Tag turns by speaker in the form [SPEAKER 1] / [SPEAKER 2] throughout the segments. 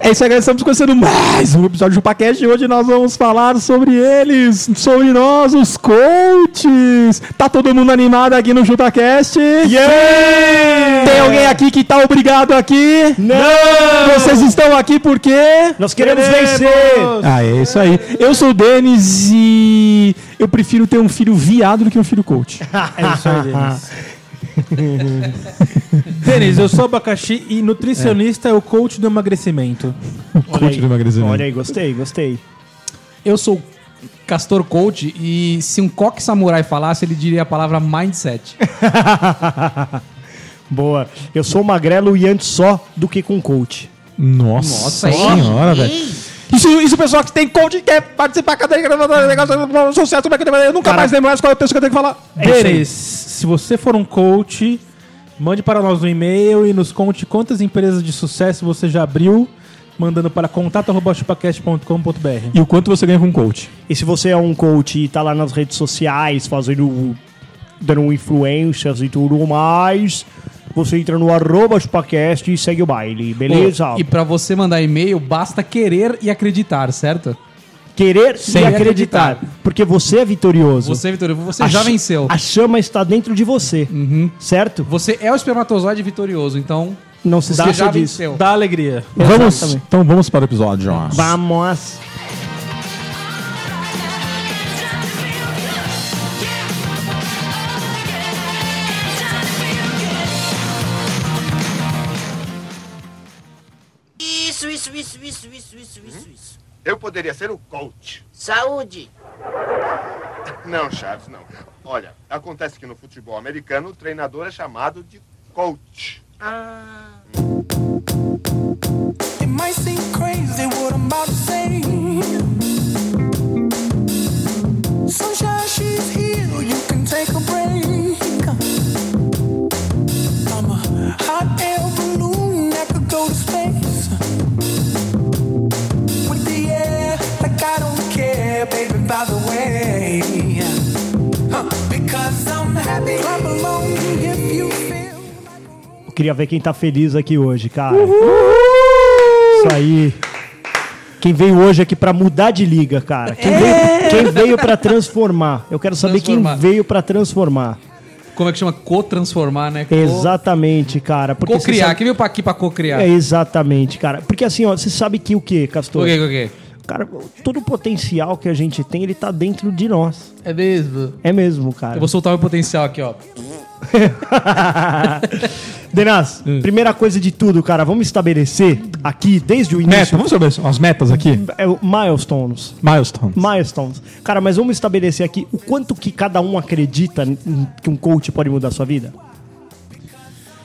[SPEAKER 1] É isso aí, galera. Estamos começando mais um episódio do Chupacast e hoje nós vamos falar sobre eles, sobre nós, os coaches. Tá todo mundo animado aqui no Chupacast?
[SPEAKER 2] Yeah!
[SPEAKER 1] Tem alguém aqui que tá obrigado aqui?
[SPEAKER 2] Não!
[SPEAKER 1] Vocês estão aqui porque...
[SPEAKER 2] Nós queremos
[SPEAKER 1] Queremos!
[SPEAKER 2] vencer!
[SPEAKER 1] Ah, é isso aí. Eu sou o Denis e eu prefiro ter um filho viado do que um filho coach.
[SPEAKER 2] É isso aí, Denis.
[SPEAKER 3] Denis, eu sou abacaxi e nutricionista é, o coach do emagrecimento.
[SPEAKER 1] coach do emagrecimento.
[SPEAKER 2] Olha aí, gostei, gostei.
[SPEAKER 4] Eu sou Castor Coach e se um coque samurai falasse, ele diria a palavra mindset.
[SPEAKER 2] Boa. Eu sou magrelo e antes só do que com coach.
[SPEAKER 1] Nossa,
[SPEAKER 4] Nossa, hein?
[SPEAKER 1] senhora, velho. Isso, isso, pessoal que tem coach quer participar, cadê negócio social, como é que eu eu nunca
[SPEAKER 2] Cara-
[SPEAKER 1] mais lembro mais qual é o texto que eu tenho que falar.
[SPEAKER 3] Denis, se você for um coach, mande para nós um e-mail e nos conte quantas empresas de sucesso você já abriu, mandando para contato.chupacast.com.br.
[SPEAKER 1] E o quanto você ganha com um coach?
[SPEAKER 2] E se você é um coach e tá lá nas redes sociais fazendo. dando influências e tudo mais, você entra no arroba chupacast e segue o baile, beleza?
[SPEAKER 4] E pra você mandar e-mail, basta querer e acreditar, certo?
[SPEAKER 2] Querer e acreditar,
[SPEAKER 4] acreditar.
[SPEAKER 2] Porque você é vitorioso.
[SPEAKER 4] Você, Vitor, você
[SPEAKER 2] A
[SPEAKER 4] já
[SPEAKER 2] ch-
[SPEAKER 4] venceu. Uhum.
[SPEAKER 2] A chama está dentro de você, certo?
[SPEAKER 4] Você é o espermatozoide vitorioso, então
[SPEAKER 2] Não se
[SPEAKER 4] você já
[SPEAKER 2] esqueça disso.
[SPEAKER 4] venceu.
[SPEAKER 3] Dá alegria.
[SPEAKER 1] Vamos, então vamos para o episódio. ó.
[SPEAKER 2] Vamos. assim.
[SPEAKER 5] Isso, isso, isso, isso, isso, isso, isso, isso.
[SPEAKER 6] Hum? Eu poderia ser o coach.
[SPEAKER 5] Saúde.
[SPEAKER 6] Não, Chaves, não. Olha, acontece que no futebol americano o treinador é chamado de coach.
[SPEAKER 7] It might seem crazy what I'm about to say. Sunshine, she's here. You can take a break. I'm a hot air balloon that could go to space. With the air, like I don't care, baby, by the way. Huh, Because I'm happy. Clap along if you feel like a room.
[SPEAKER 2] Eu queria ver quem tá feliz aqui hoje, cara. Isso aí. Quem veio hoje aqui pra mudar de liga, cara. Quem veio, quem veio pra transformar. Eu quero saber
[SPEAKER 4] Transformar.
[SPEAKER 2] quem veio pra transformar.
[SPEAKER 4] como é que chama? Co-transformar, né? Co-
[SPEAKER 2] Exatamente, cara. Porque você
[SPEAKER 4] Co-criar.
[SPEAKER 2] sabe-
[SPEAKER 4] Quem veio pra aqui pra co-criar?
[SPEAKER 2] É, exatamente, cara. Porque assim, ó, você sabe que o quê, Castor?
[SPEAKER 4] Ok, ok.
[SPEAKER 2] Cara, todo o potencial que a gente tem, ele tá dentro de nós.
[SPEAKER 4] É mesmo.
[SPEAKER 2] É mesmo, cara.
[SPEAKER 4] Eu vou soltar meu potencial aqui, ó.
[SPEAKER 2] Denas,
[SPEAKER 4] Hum.
[SPEAKER 2] primeira coisa de tudo, cara, vamos estabelecer aqui, desde o
[SPEAKER 1] Meta,
[SPEAKER 2] início,
[SPEAKER 1] vamos saber as metas aqui?
[SPEAKER 2] é o milestones.
[SPEAKER 1] Milestone.
[SPEAKER 2] Milestones. Cara, mas vamos estabelecer aqui o quanto que cada um acredita n- que um coach pode mudar a sua vida?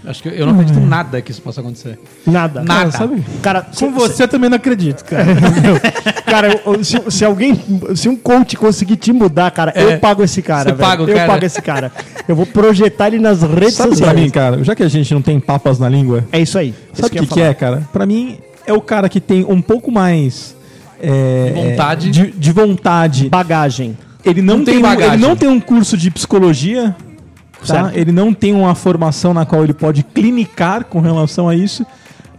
[SPEAKER 4] Acho que eu- eu não acredito em nada que isso possa acontecer.
[SPEAKER 2] Nada. Cara,
[SPEAKER 4] Nada.
[SPEAKER 1] tá.
[SPEAKER 2] sabe? Cara, se,
[SPEAKER 3] Com você eu também não acredito, cara.
[SPEAKER 2] se- cara eu- se, se alguém, se um coach conseguir te mudar, cara, eu pago esse cara.
[SPEAKER 4] Você
[SPEAKER 2] velho.
[SPEAKER 4] paga o
[SPEAKER 2] eu
[SPEAKER 4] cara.
[SPEAKER 2] pago esse cara. Eu vou projetar ele nas redes
[SPEAKER 1] Sabe pra
[SPEAKER 2] sociais.
[SPEAKER 1] mim, cara, já que a gente não tem papas na língua,
[SPEAKER 2] É isso aí. Isso
[SPEAKER 1] sabe o que, que é, cara? Pra mim é o cara que tem um pouco mais. é,
[SPEAKER 4] Vontade.
[SPEAKER 1] De, de vontade.
[SPEAKER 2] Bagagem.
[SPEAKER 1] Ele não,
[SPEAKER 4] Não tem
[SPEAKER 1] tem, um- ele
[SPEAKER 4] bagagem.
[SPEAKER 1] não tem um curso de psicologia, tá?
[SPEAKER 2] Certo.
[SPEAKER 1] Ele não tem uma formação na qual ele pode clinicar com relação a isso.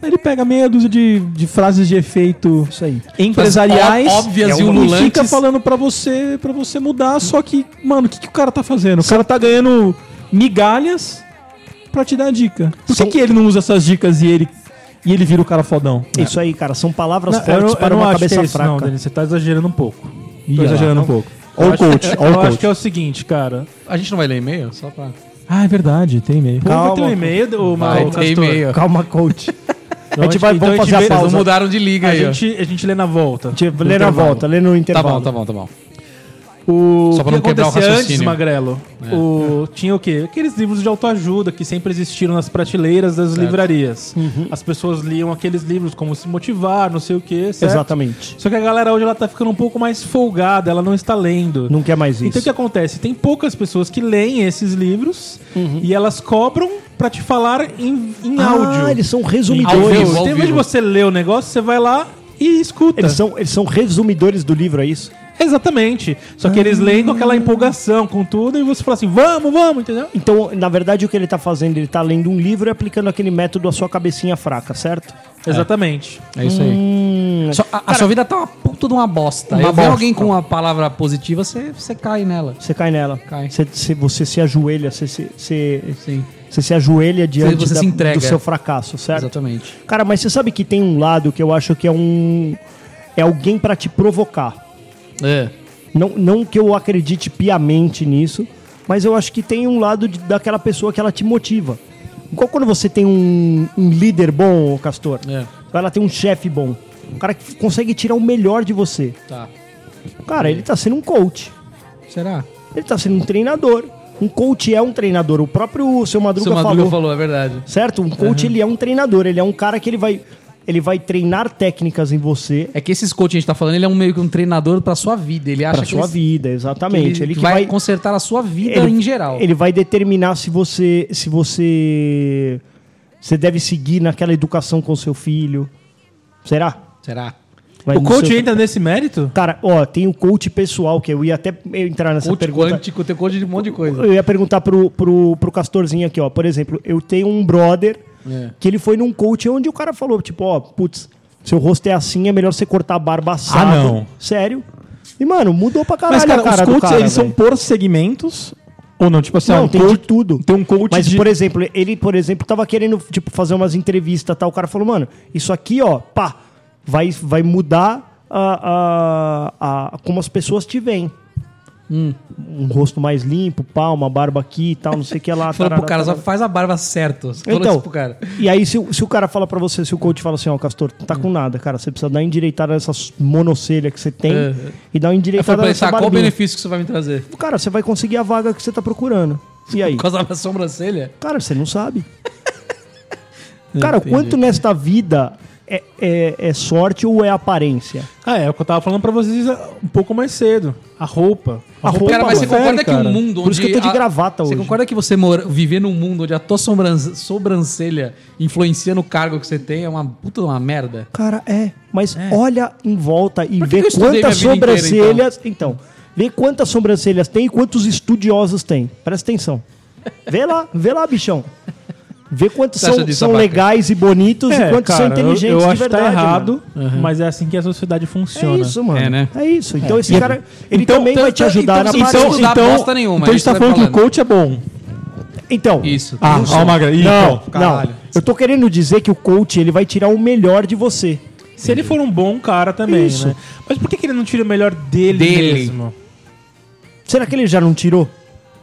[SPEAKER 1] Ele pega meia dúzia de, de frases de efeito
[SPEAKER 2] Isso aí.
[SPEAKER 1] empresariais
[SPEAKER 4] Ó- óbvias e
[SPEAKER 1] e
[SPEAKER 4] ululantes.
[SPEAKER 1] fica falando pra você, para você mudar, só que, mano, o que, que o cara tá fazendo? O cara tá ganhando migalhas pra te dar dica. Por que,
[SPEAKER 2] São-
[SPEAKER 1] que ele não usa essas dicas e ele e ele vira o cara fodão?
[SPEAKER 2] É Isso aí, cara. São palavras
[SPEAKER 3] Não, eu,
[SPEAKER 2] fortes
[SPEAKER 3] não- eu
[SPEAKER 2] para
[SPEAKER 3] não
[SPEAKER 2] uma
[SPEAKER 3] acho que
[SPEAKER 2] cabeça
[SPEAKER 3] é isso, não,
[SPEAKER 2] fraca.
[SPEAKER 3] Denis. Você tá exagerando um pouco.
[SPEAKER 1] Tô exagerando um pouco.
[SPEAKER 3] Eu
[SPEAKER 1] Ou
[SPEAKER 3] acho-
[SPEAKER 1] coach,
[SPEAKER 3] Eu
[SPEAKER 1] ou
[SPEAKER 3] acho que
[SPEAKER 1] coach.
[SPEAKER 3] é o seguinte, cara.
[SPEAKER 4] A gente não vai ler e-mail? Só pra...
[SPEAKER 3] Ah, é verdade, tem e-mail. Pô,
[SPEAKER 2] Calma,
[SPEAKER 3] vai ter um e-mail, ô
[SPEAKER 4] Vai
[SPEAKER 3] Mauro
[SPEAKER 4] ter
[SPEAKER 3] Castor?
[SPEAKER 4] e-mail.
[SPEAKER 2] Calma, coach.
[SPEAKER 3] Então
[SPEAKER 2] A gente vai-
[SPEAKER 3] então
[SPEAKER 2] vamos fazer a
[SPEAKER 3] vê-
[SPEAKER 2] pausa.
[SPEAKER 4] Vocês não mudaram de liga
[SPEAKER 3] A
[SPEAKER 4] aí, ó. Tipo,
[SPEAKER 3] gente, a gente lê na volta.
[SPEAKER 2] Te- Lê na volta, lê no
[SPEAKER 4] Tá
[SPEAKER 2] intervalo.
[SPEAKER 4] bom, tá bom, tá bom.
[SPEAKER 3] O
[SPEAKER 4] Só pra não
[SPEAKER 3] que
[SPEAKER 4] quebrar o
[SPEAKER 3] acontecia
[SPEAKER 4] raciocínio. É.
[SPEAKER 3] antes, Magrelo, o- tinha o quê? Aqueles livros de autoajuda que sempre existiram nas prateleiras das livrarias.
[SPEAKER 4] Uhum.
[SPEAKER 3] As pessoas liam aqueles livros como se motivar, não sei o quê, certo?
[SPEAKER 2] Exatamente.
[SPEAKER 3] Só que a galera hoje ela tá ficando um pouco mais folgada, ela não está lendo.
[SPEAKER 2] Não quer mais
[SPEAKER 3] Então o
[SPEAKER 2] isso.
[SPEAKER 3] que acontece? Tem poucas pessoas que leem esses livros
[SPEAKER 4] Uhum.
[SPEAKER 3] e elas cobram pra te falar em, é em
[SPEAKER 2] Ah,
[SPEAKER 3] áudio.
[SPEAKER 2] eles são
[SPEAKER 3] Ao
[SPEAKER 2] resumidores.
[SPEAKER 3] vivo. Então,
[SPEAKER 4] ao
[SPEAKER 3] Em vez de
[SPEAKER 4] vivo.
[SPEAKER 3] você ler o negócio, você vai lá e escuta.
[SPEAKER 2] Eles são, eles são resumidores do livro, é isso?
[SPEAKER 3] Exatamente. Só que eles leem com aquela empolgação, com tudo, e você fala assim, vamos, vamos, entendeu?
[SPEAKER 2] Então, na verdade, o que ele tá fazendo? Ele tá lendo um livro e aplicando aquele método à sua cabecinha fraca, certo?
[SPEAKER 3] Exatamente.
[SPEAKER 4] É isso aí. Só- a, a sua vida tá uma puta de uma bosta.
[SPEAKER 2] Hum. Uma
[SPEAKER 4] Eu ver
[SPEAKER 2] bosta.
[SPEAKER 4] alguém com uma palavra positiva, você, você cai nela.
[SPEAKER 2] Você cai nela.
[SPEAKER 4] Cai.
[SPEAKER 2] Você, você, você se ajoelha, você, se- você,
[SPEAKER 4] Sim.
[SPEAKER 2] você se ajoelha diante
[SPEAKER 4] Você se entrega.
[SPEAKER 2] do seu fracasso, certo?
[SPEAKER 4] Exatamente.
[SPEAKER 2] Cara, mas você sabe que tem um lado que eu acho que é um. É alguém pra te provocar.
[SPEAKER 4] É.
[SPEAKER 2] Não, não que eu acredite piamente nisso, mas eu acho que tem um lado de- daquela pessoa que ela te motiva. Igual quando você tem um, um líder bom, ô Castor,
[SPEAKER 4] É.
[SPEAKER 2] ela tem um chefe bom, um cara que consegue tirar o melhor de você.
[SPEAKER 4] Tá.
[SPEAKER 2] Cara, ele tá sendo um coach,
[SPEAKER 4] Será?
[SPEAKER 2] ele tá sendo um treinador. Um coach é um treinador, o próprio seu Madruga,
[SPEAKER 4] Seu
[SPEAKER 2] falou,
[SPEAKER 4] Madruga falou, Uhum. é verdade.
[SPEAKER 2] certo? Um coach ele é um treinador, ele é um cara que ele vai, ele vai treinar técnicas em você
[SPEAKER 4] É que esses coach que a gente tá falando, ele é um meio que um treinador pra sua vida. Ele acha
[SPEAKER 2] pra
[SPEAKER 4] que
[SPEAKER 2] sua
[SPEAKER 4] ele-
[SPEAKER 2] vida,
[SPEAKER 4] que ele,
[SPEAKER 2] exatamente. Ele que
[SPEAKER 4] vai,
[SPEAKER 2] vai
[SPEAKER 4] consertar a sua vida
[SPEAKER 1] Então,
[SPEAKER 4] em geral.
[SPEAKER 2] Ele vai determinar se você se você você deve seguir naquela educação com seu filho. Será?
[SPEAKER 4] Será?
[SPEAKER 2] Vai
[SPEAKER 3] O
[SPEAKER 2] no
[SPEAKER 3] coach
[SPEAKER 2] seu-
[SPEAKER 3] entra nesse mérito?
[SPEAKER 2] Cara, ó, tem o coach pessoal que eu ia até entrar nessa
[SPEAKER 4] Coach
[SPEAKER 2] pergunta.
[SPEAKER 4] quântico, tem coach de um monte de coisa.
[SPEAKER 2] Eu ia perguntar pro, pro, pro Castorzinho aqui, ó. Por exemplo, eu tenho um brother
[SPEAKER 4] É.
[SPEAKER 2] que ele foi num coach onde o cara falou, tipo, ó, putz, seu rosto é assim, é melhor você cortar a barba assado.
[SPEAKER 3] não.
[SPEAKER 2] Sério? E, mano, mudou pra caralho
[SPEAKER 1] Ah, Mas, cara,
[SPEAKER 2] a
[SPEAKER 1] os
[SPEAKER 2] cara do
[SPEAKER 1] coaches,
[SPEAKER 2] cara,
[SPEAKER 1] eles são
[SPEAKER 2] velho.
[SPEAKER 1] por segmentos? Ou não? Tipo assim,
[SPEAKER 2] Não,
[SPEAKER 1] ah, um
[SPEAKER 2] tem
[SPEAKER 1] coach-
[SPEAKER 2] de tudo.
[SPEAKER 1] Tem um coach
[SPEAKER 2] Mas,
[SPEAKER 1] de...
[SPEAKER 2] por exemplo, ele, por exemplo, tava querendo, tipo, fazer umas entrevistas tal. O cara falou, mano, isso aqui, ó, pá, vai, vai mudar a, a, a- como as pessoas te veem.
[SPEAKER 4] Hum.
[SPEAKER 2] Um rosto mais limpo, pá, uma barba aqui e tal, não sei o que lá.
[SPEAKER 4] Falou
[SPEAKER 2] tarará,
[SPEAKER 4] pro cara, só
[SPEAKER 2] tarará.
[SPEAKER 4] faz a barba certo. Você Falou
[SPEAKER 2] Então,
[SPEAKER 4] isso pro cara.
[SPEAKER 2] e aí se, o- se o cara fala pra você, se o coach fala assim, ó, Castor, tá
[SPEAKER 4] Hum.
[SPEAKER 2] com nada, cara, você precisa dar uma endireitada nessa monocelha que você tem
[SPEAKER 4] É.
[SPEAKER 2] e dar uma
[SPEAKER 4] Eu falei
[SPEAKER 2] endireitada
[SPEAKER 4] pra ele,
[SPEAKER 2] nessa
[SPEAKER 4] tá, qual o
[SPEAKER 2] barbinha.
[SPEAKER 4] benefício que você vai me trazer?
[SPEAKER 2] Cara, você vai conseguir a vaga que você tá procurando. E aí?
[SPEAKER 4] Por causa da minha sobrancelha?
[SPEAKER 2] Cara, você não sabe. Cara, o quanto nesta vida é, é- é sorte ou é aparência?
[SPEAKER 3] Ah, é o que eu tava falando pra vocês ah, um pouco mais cedo. A roupa.
[SPEAKER 2] A roupa, é
[SPEAKER 4] O cara, mas você
[SPEAKER 2] mano.
[SPEAKER 4] concorda que
[SPEAKER 3] cara.
[SPEAKER 4] um mundo onde.
[SPEAKER 2] Por isso que eu tô de gravata
[SPEAKER 4] Você
[SPEAKER 2] hoje.
[SPEAKER 4] concorda que você mora, viver num mundo onde a tua sobran- sobrancelha influencia no cargo que você tem é uma puta de uma merda?
[SPEAKER 2] Cara, é. Mas olha em volta e
[SPEAKER 4] Por que
[SPEAKER 2] vê
[SPEAKER 4] que eu estudei
[SPEAKER 2] quantas
[SPEAKER 4] minha vida inteira,
[SPEAKER 2] sobrancelhas. então? vê quantas sobrancelhas tem e quantos estudiosos tem. Presta atenção. Vê lá, vê lá, bichão. Vê quantos
[SPEAKER 4] Você acha
[SPEAKER 2] são,
[SPEAKER 4] disso,
[SPEAKER 2] são
[SPEAKER 4] Abaca?
[SPEAKER 2] legais e bonitos e
[SPEAKER 3] É,
[SPEAKER 2] quantos
[SPEAKER 3] cara,
[SPEAKER 2] são inteligentes
[SPEAKER 3] eu, eu
[SPEAKER 2] de
[SPEAKER 3] acho
[SPEAKER 2] verdade.
[SPEAKER 3] que tá errado,
[SPEAKER 2] mano.
[SPEAKER 3] mas é assim que a sociedade funciona.
[SPEAKER 2] É isso, mano.
[SPEAKER 4] É,
[SPEAKER 2] É,
[SPEAKER 4] né?
[SPEAKER 2] isso. Então esse cara, ele
[SPEAKER 1] Então-
[SPEAKER 2] também vai te ajudar
[SPEAKER 4] então-
[SPEAKER 2] na
[SPEAKER 4] então-
[SPEAKER 2] parede.
[SPEAKER 4] não dá bosta nenhuma,
[SPEAKER 1] Então a gente
[SPEAKER 4] isso
[SPEAKER 1] tá
[SPEAKER 4] tá
[SPEAKER 1] falando que o
[SPEAKER 4] falando.
[SPEAKER 1] coach é bom.
[SPEAKER 2] Então,
[SPEAKER 4] Isso.
[SPEAKER 1] Ah, ó o Magra. Ih,
[SPEAKER 2] Não,
[SPEAKER 1] então.
[SPEAKER 2] não. Eu tô querendo dizer que o coach ele vai tirar o melhor de você.
[SPEAKER 3] Se ele for um bom cara também,
[SPEAKER 2] É Isso.
[SPEAKER 3] né? Mas por que, que ele não tira o melhor dele,
[SPEAKER 4] Dele.
[SPEAKER 3] mesmo?
[SPEAKER 2] Será que ele já não tirou?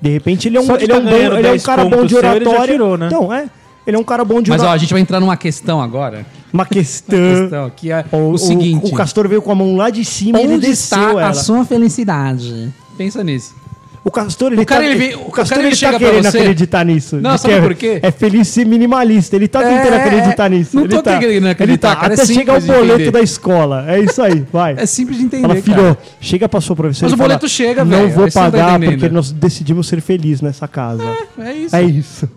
[SPEAKER 2] De repente ele é um,
[SPEAKER 3] Só de
[SPEAKER 2] ele é
[SPEAKER 3] tá
[SPEAKER 2] um, bom-
[SPEAKER 3] ganhando
[SPEAKER 2] ele é um
[SPEAKER 3] 10
[SPEAKER 2] cara bom
[SPEAKER 3] pontos
[SPEAKER 2] de
[SPEAKER 3] seu, ele já
[SPEAKER 2] oratória.
[SPEAKER 3] tirou, né?
[SPEAKER 2] Então, é. Ele é um cara bom de
[SPEAKER 4] Mas ó, a
[SPEAKER 2] oratória.
[SPEAKER 4] gente vai entrar numa questão agora.
[SPEAKER 2] Uma questão.
[SPEAKER 4] Questão, que é o, seguinte.
[SPEAKER 2] O, Castor veio com a mão lá de cima e ele
[SPEAKER 4] onde
[SPEAKER 2] desceu
[SPEAKER 4] está
[SPEAKER 2] ela.
[SPEAKER 4] a sua felicidade? Pensa nisso.
[SPEAKER 2] O Castor, ele
[SPEAKER 4] O cara,
[SPEAKER 2] tá,
[SPEAKER 4] ele vem-
[SPEAKER 2] o
[SPEAKER 4] o
[SPEAKER 2] Castor,
[SPEAKER 4] cara, ele
[SPEAKER 2] ele tá
[SPEAKER 4] chega pra
[SPEAKER 2] querendo
[SPEAKER 4] você-
[SPEAKER 2] acreditar nisso.
[SPEAKER 4] Não,
[SPEAKER 2] De
[SPEAKER 4] sabe
[SPEAKER 2] que é-
[SPEAKER 4] por quê?
[SPEAKER 2] É feliz ser minimalista. Ele tá tentando
[SPEAKER 4] É,
[SPEAKER 2] acreditar
[SPEAKER 4] é.
[SPEAKER 2] nisso.
[SPEAKER 4] Não
[SPEAKER 2] ele
[SPEAKER 4] tô
[SPEAKER 2] tá,
[SPEAKER 4] querendo acreditar,
[SPEAKER 2] ele tá,
[SPEAKER 4] cara, é
[SPEAKER 2] Até chegar o
[SPEAKER 4] simples de
[SPEAKER 2] boleto
[SPEAKER 4] entender.
[SPEAKER 2] da escola. É isso aí, vai.
[SPEAKER 4] É simples de entender.
[SPEAKER 2] Fala,
[SPEAKER 4] cara.
[SPEAKER 2] filho, chega pra sua professora.
[SPEAKER 4] Mas
[SPEAKER 2] e
[SPEAKER 4] o
[SPEAKER 2] fala,
[SPEAKER 4] boleto chega,
[SPEAKER 2] Não
[SPEAKER 4] velho,
[SPEAKER 2] vou
[SPEAKER 4] aí você não tá
[SPEAKER 2] pagar
[SPEAKER 4] entendendo."
[SPEAKER 2] porque nós decidimos ser felizes nessa casa.
[SPEAKER 4] É isso.
[SPEAKER 2] É isso.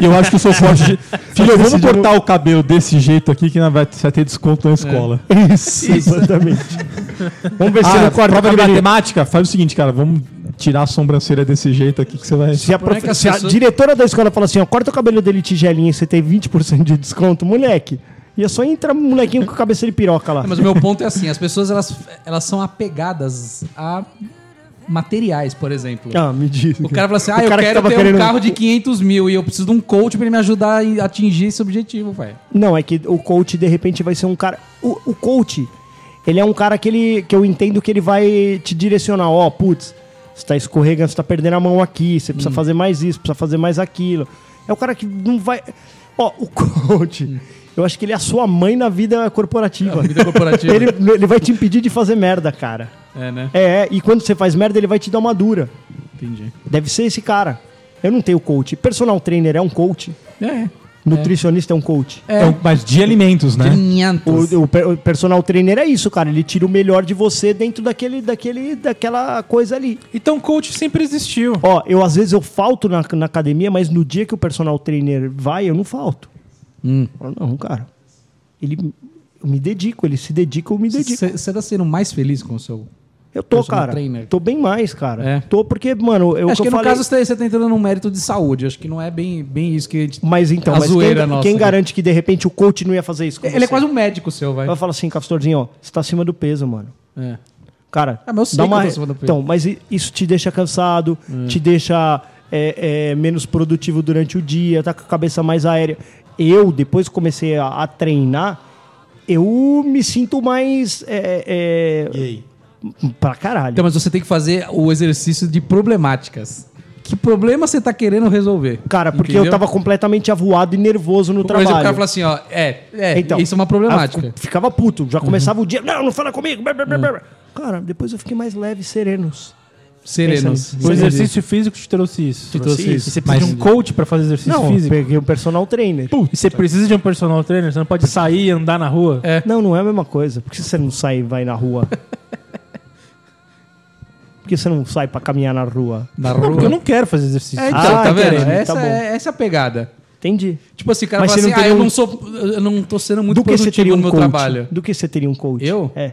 [SPEAKER 1] E eu acho que eu sou forte de... Filho, vamos
[SPEAKER 2] decidimos-
[SPEAKER 1] cortar o cabelo desse jeito aqui que não vai vai ter desconto na escola.
[SPEAKER 2] É. Isso, exatamente. Vamos ver se
[SPEAKER 1] Ah,
[SPEAKER 2] não corta o
[SPEAKER 1] prova de
[SPEAKER 2] cabelinho.
[SPEAKER 1] matemática? Faz o seguinte, cara, vamos tirar a sobrancelha desse jeito aqui que você vai...
[SPEAKER 2] Se a,
[SPEAKER 4] Como é que
[SPEAKER 2] profe-
[SPEAKER 4] as
[SPEAKER 2] se a
[SPEAKER 4] pessoas-
[SPEAKER 2] diretora da escola fala assim, ó, corta o cabelo dele tigelinha e você tem 20% de desconto, moleque. E é só entrar molequinho com a cabeça de piroca lá.
[SPEAKER 4] Mas o meu ponto é assim, as pessoas elas, elas são apegadas a materiais, por exemplo.
[SPEAKER 2] Ah, me diz.
[SPEAKER 4] O cara fala assim, ah, eu
[SPEAKER 2] cara que
[SPEAKER 4] quero
[SPEAKER 2] tava
[SPEAKER 4] ter
[SPEAKER 2] querendo-
[SPEAKER 4] um carro de 500 mil e eu preciso de um coach pra ele me ajudar a atingir esse objetivo, velho.
[SPEAKER 2] Não, é que o coach, de repente, vai ser um cara... O, o coach, ele é um cara que, ele, que eu entendo que ele vai te direcionar. Ó, putz, Você tá escorregando, você tá perdendo a mão aqui, você
[SPEAKER 4] Hum.
[SPEAKER 2] precisa fazer mais isso, precisa fazer mais aquilo. É o cara que não vai. Ó, o coach, eu acho que ele é a sua mãe na vida corporativa.
[SPEAKER 4] Hum. Na vida corporativa.
[SPEAKER 2] ele, ele vai te impedir de fazer merda, cara.
[SPEAKER 4] É, né?
[SPEAKER 2] É, é, e quando você faz merda, ele vai te dar uma dura.
[SPEAKER 4] Entendi.
[SPEAKER 2] Deve ser esse cara. Eu não tenho coach. Personal trainer é um coach.
[SPEAKER 4] É.
[SPEAKER 2] Nutricionista é um coach.
[SPEAKER 4] É.
[SPEAKER 3] Então, mas de alimentos, né?
[SPEAKER 4] Trinhentos.
[SPEAKER 2] É. O, o per- o personal trainer é isso, cara. Ele tira o melhor de você dentro daquele, daquele, daquela coisa ali.
[SPEAKER 3] Então coach sempre existiu.
[SPEAKER 2] Ó, eu às vezes eu falto na, na academia, mas no dia que o personal trainer vai, eu não falto.
[SPEAKER 4] Hum.
[SPEAKER 2] Eu falo, não, cara. Ele eu me dedico, ele se dedica, eu me dedico.
[SPEAKER 4] Você você tá sendo mais feliz com o seu.
[SPEAKER 2] eu tô,
[SPEAKER 4] personal
[SPEAKER 2] cara.
[SPEAKER 4] trainer.
[SPEAKER 2] Tô bem mais, cara.
[SPEAKER 4] É.
[SPEAKER 2] Tô porque, mano, eu
[SPEAKER 4] acho
[SPEAKER 2] eu
[SPEAKER 4] que no
[SPEAKER 2] falei-
[SPEAKER 4] caso você você tá entrando num mérito de saúde. Acho que não é bem, bem isso que a gente.
[SPEAKER 2] Mas então,
[SPEAKER 4] A
[SPEAKER 2] mas quem,
[SPEAKER 4] zoeira nossa,
[SPEAKER 2] quem
[SPEAKER 4] né?
[SPEAKER 2] garante que de repente o coach não ia fazer isso com
[SPEAKER 4] Ele é
[SPEAKER 2] você?
[SPEAKER 4] quase um médico seu, vai.
[SPEAKER 2] Ela fala assim, Castorzinho, ó, você tá acima do peso, mano.
[SPEAKER 4] É.
[SPEAKER 2] Cara,
[SPEAKER 4] Ah, mas eu sei
[SPEAKER 2] dá
[SPEAKER 4] que eu
[SPEAKER 2] uma...
[SPEAKER 4] tô acima do Hum. peso.
[SPEAKER 2] Então, mas i- isso te deixa cansado, te deixa é, é, menos produtivo durante o dia, tá com a cabeça mais aérea. Eu, depois que comecei a, a treinar, eu me sinto mais. É, é, Pra caralho.
[SPEAKER 4] Então, mas você tem que fazer o exercício de problemáticas. Que problema você tá querendo resolver?
[SPEAKER 2] Cara, porque eu
[SPEAKER 4] Entendeu?
[SPEAKER 2] tava completamente avoado e nervoso no
[SPEAKER 4] Por
[SPEAKER 2] trabalho. Então,
[SPEAKER 4] exemplo, o cara fala assim, ó, é, é, isso é uma
[SPEAKER 2] aí
[SPEAKER 4] problemática. Uhum. Hum.
[SPEAKER 2] eu Ficava puto, já começava o dia, não, não fala comigo. blá, blá, blá, blá. Cara, depois eu fiquei mais leve e serenos.
[SPEAKER 4] Serenos.
[SPEAKER 2] Pensa
[SPEAKER 3] O
[SPEAKER 2] nisso.
[SPEAKER 3] exercício físico te trouxe isso.
[SPEAKER 4] Te trouxe isso.
[SPEAKER 3] E você precisa de
[SPEAKER 4] Mas-
[SPEAKER 3] um coach pra fazer exercício
[SPEAKER 2] Não, eu
[SPEAKER 3] físico.
[SPEAKER 2] peguei um personal trainer.
[SPEAKER 3] E você precisa de um personal trainer, você não pode sair e andar na rua.
[SPEAKER 4] É.
[SPEAKER 2] Não, não é a mesma coisa. Por que você não sai e vai na rua? Por que você não sai pra caminhar na rua?
[SPEAKER 4] Na
[SPEAKER 3] Não, porque
[SPEAKER 4] rua.
[SPEAKER 3] eu não quero fazer exercício.
[SPEAKER 4] É, então,
[SPEAKER 2] Ah,
[SPEAKER 4] tá vendo?
[SPEAKER 2] entendi,
[SPEAKER 4] essa,
[SPEAKER 2] tá bom.
[SPEAKER 4] é, essa é a pegada.
[SPEAKER 2] Entendi.
[SPEAKER 4] Tipo assim, o cara
[SPEAKER 2] Mas
[SPEAKER 4] fala
[SPEAKER 2] você
[SPEAKER 4] assim,
[SPEAKER 2] não
[SPEAKER 4] ah,
[SPEAKER 2] teria
[SPEAKER 4] eu
[SPEAKER 2] um-
[SPEAKER 4] não sou. Eu não tô sendo muito
[SPEAKER 2] Do que você teria
[SPEAKER 4] produtivo
[SPEAKER 2] um
[SPEAKER 4] no meu
[SPEAKER 2] coach?
[SPEAKER 4] trabalho.
[SPEAKER 2] Do que você teria um coach?
[SPEAKER 4] Eu?
[SPEAKER 2] É.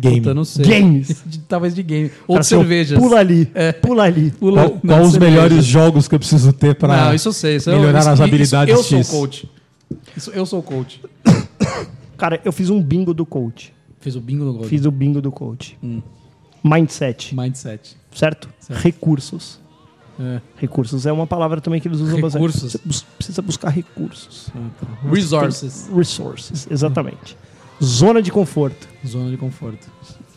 [SPEAKER 4] Puta, eu não sei.
[SPEAKER 2] Games.
[SPEAKER 4] De- Talvez de game. Ou
[SPEAKER 2] Cara,
[SPEAKER 4] de
[SPEAKER 2] seu,
[SPEAKER 4] cervejas.
[SPEAKER 2] Pula ali.
[SPEAKER 4] É.
[SPEAKER 2] Pula ali.
[SPEAKER 4] Pula-
[SPEAKER 1] Qual,
[SPEAKER 4] não,
[SPEAKER 1] qual os
[SPEAKER 4] cervejas.
[SPEAKER 1] melhores jogos que eu preciso ter pra
[SPEAKER 4] Não, isso eu sei. Isso eu-
[SPEAKER 1] melhorar
[SPEAKER 4] isso-
[SPEAKER 1] as
[SPEAKER 4] isso-
[SPEAKER 1] habilidades
[SPEAKER 4] Eu sou
[SPEAKER 1] X?
[SPEAKER 4] o coach. Isso, eu sou o coach.
[SPEAKER 2] Cara, eu fiz um bingo do coach.
[SPEAKER 4] Fiz o bingo no gol.
[SPEAKER 2] Fiz o bingo do coach.
[SPEAKER 4] Hum.
[SPEAKER 2] Mindset,
[SPEAKER 4] mindset.
[SPEAKER 2] certo? Recursos.
[SPEAKER 4] É.
[SPEAKER 2] Recursos é uma palavra também que eles usam
[SPEAKER 4] Recursos. Ah.
[SPEAKER 2] bastante. Você bus- precisa buscar recursos.
[SPEAKER 4] Resources.
[SPEAKER 2] Resources, exatamente. Zona de conforto,
[SPEAKER 4] Zona de conforto.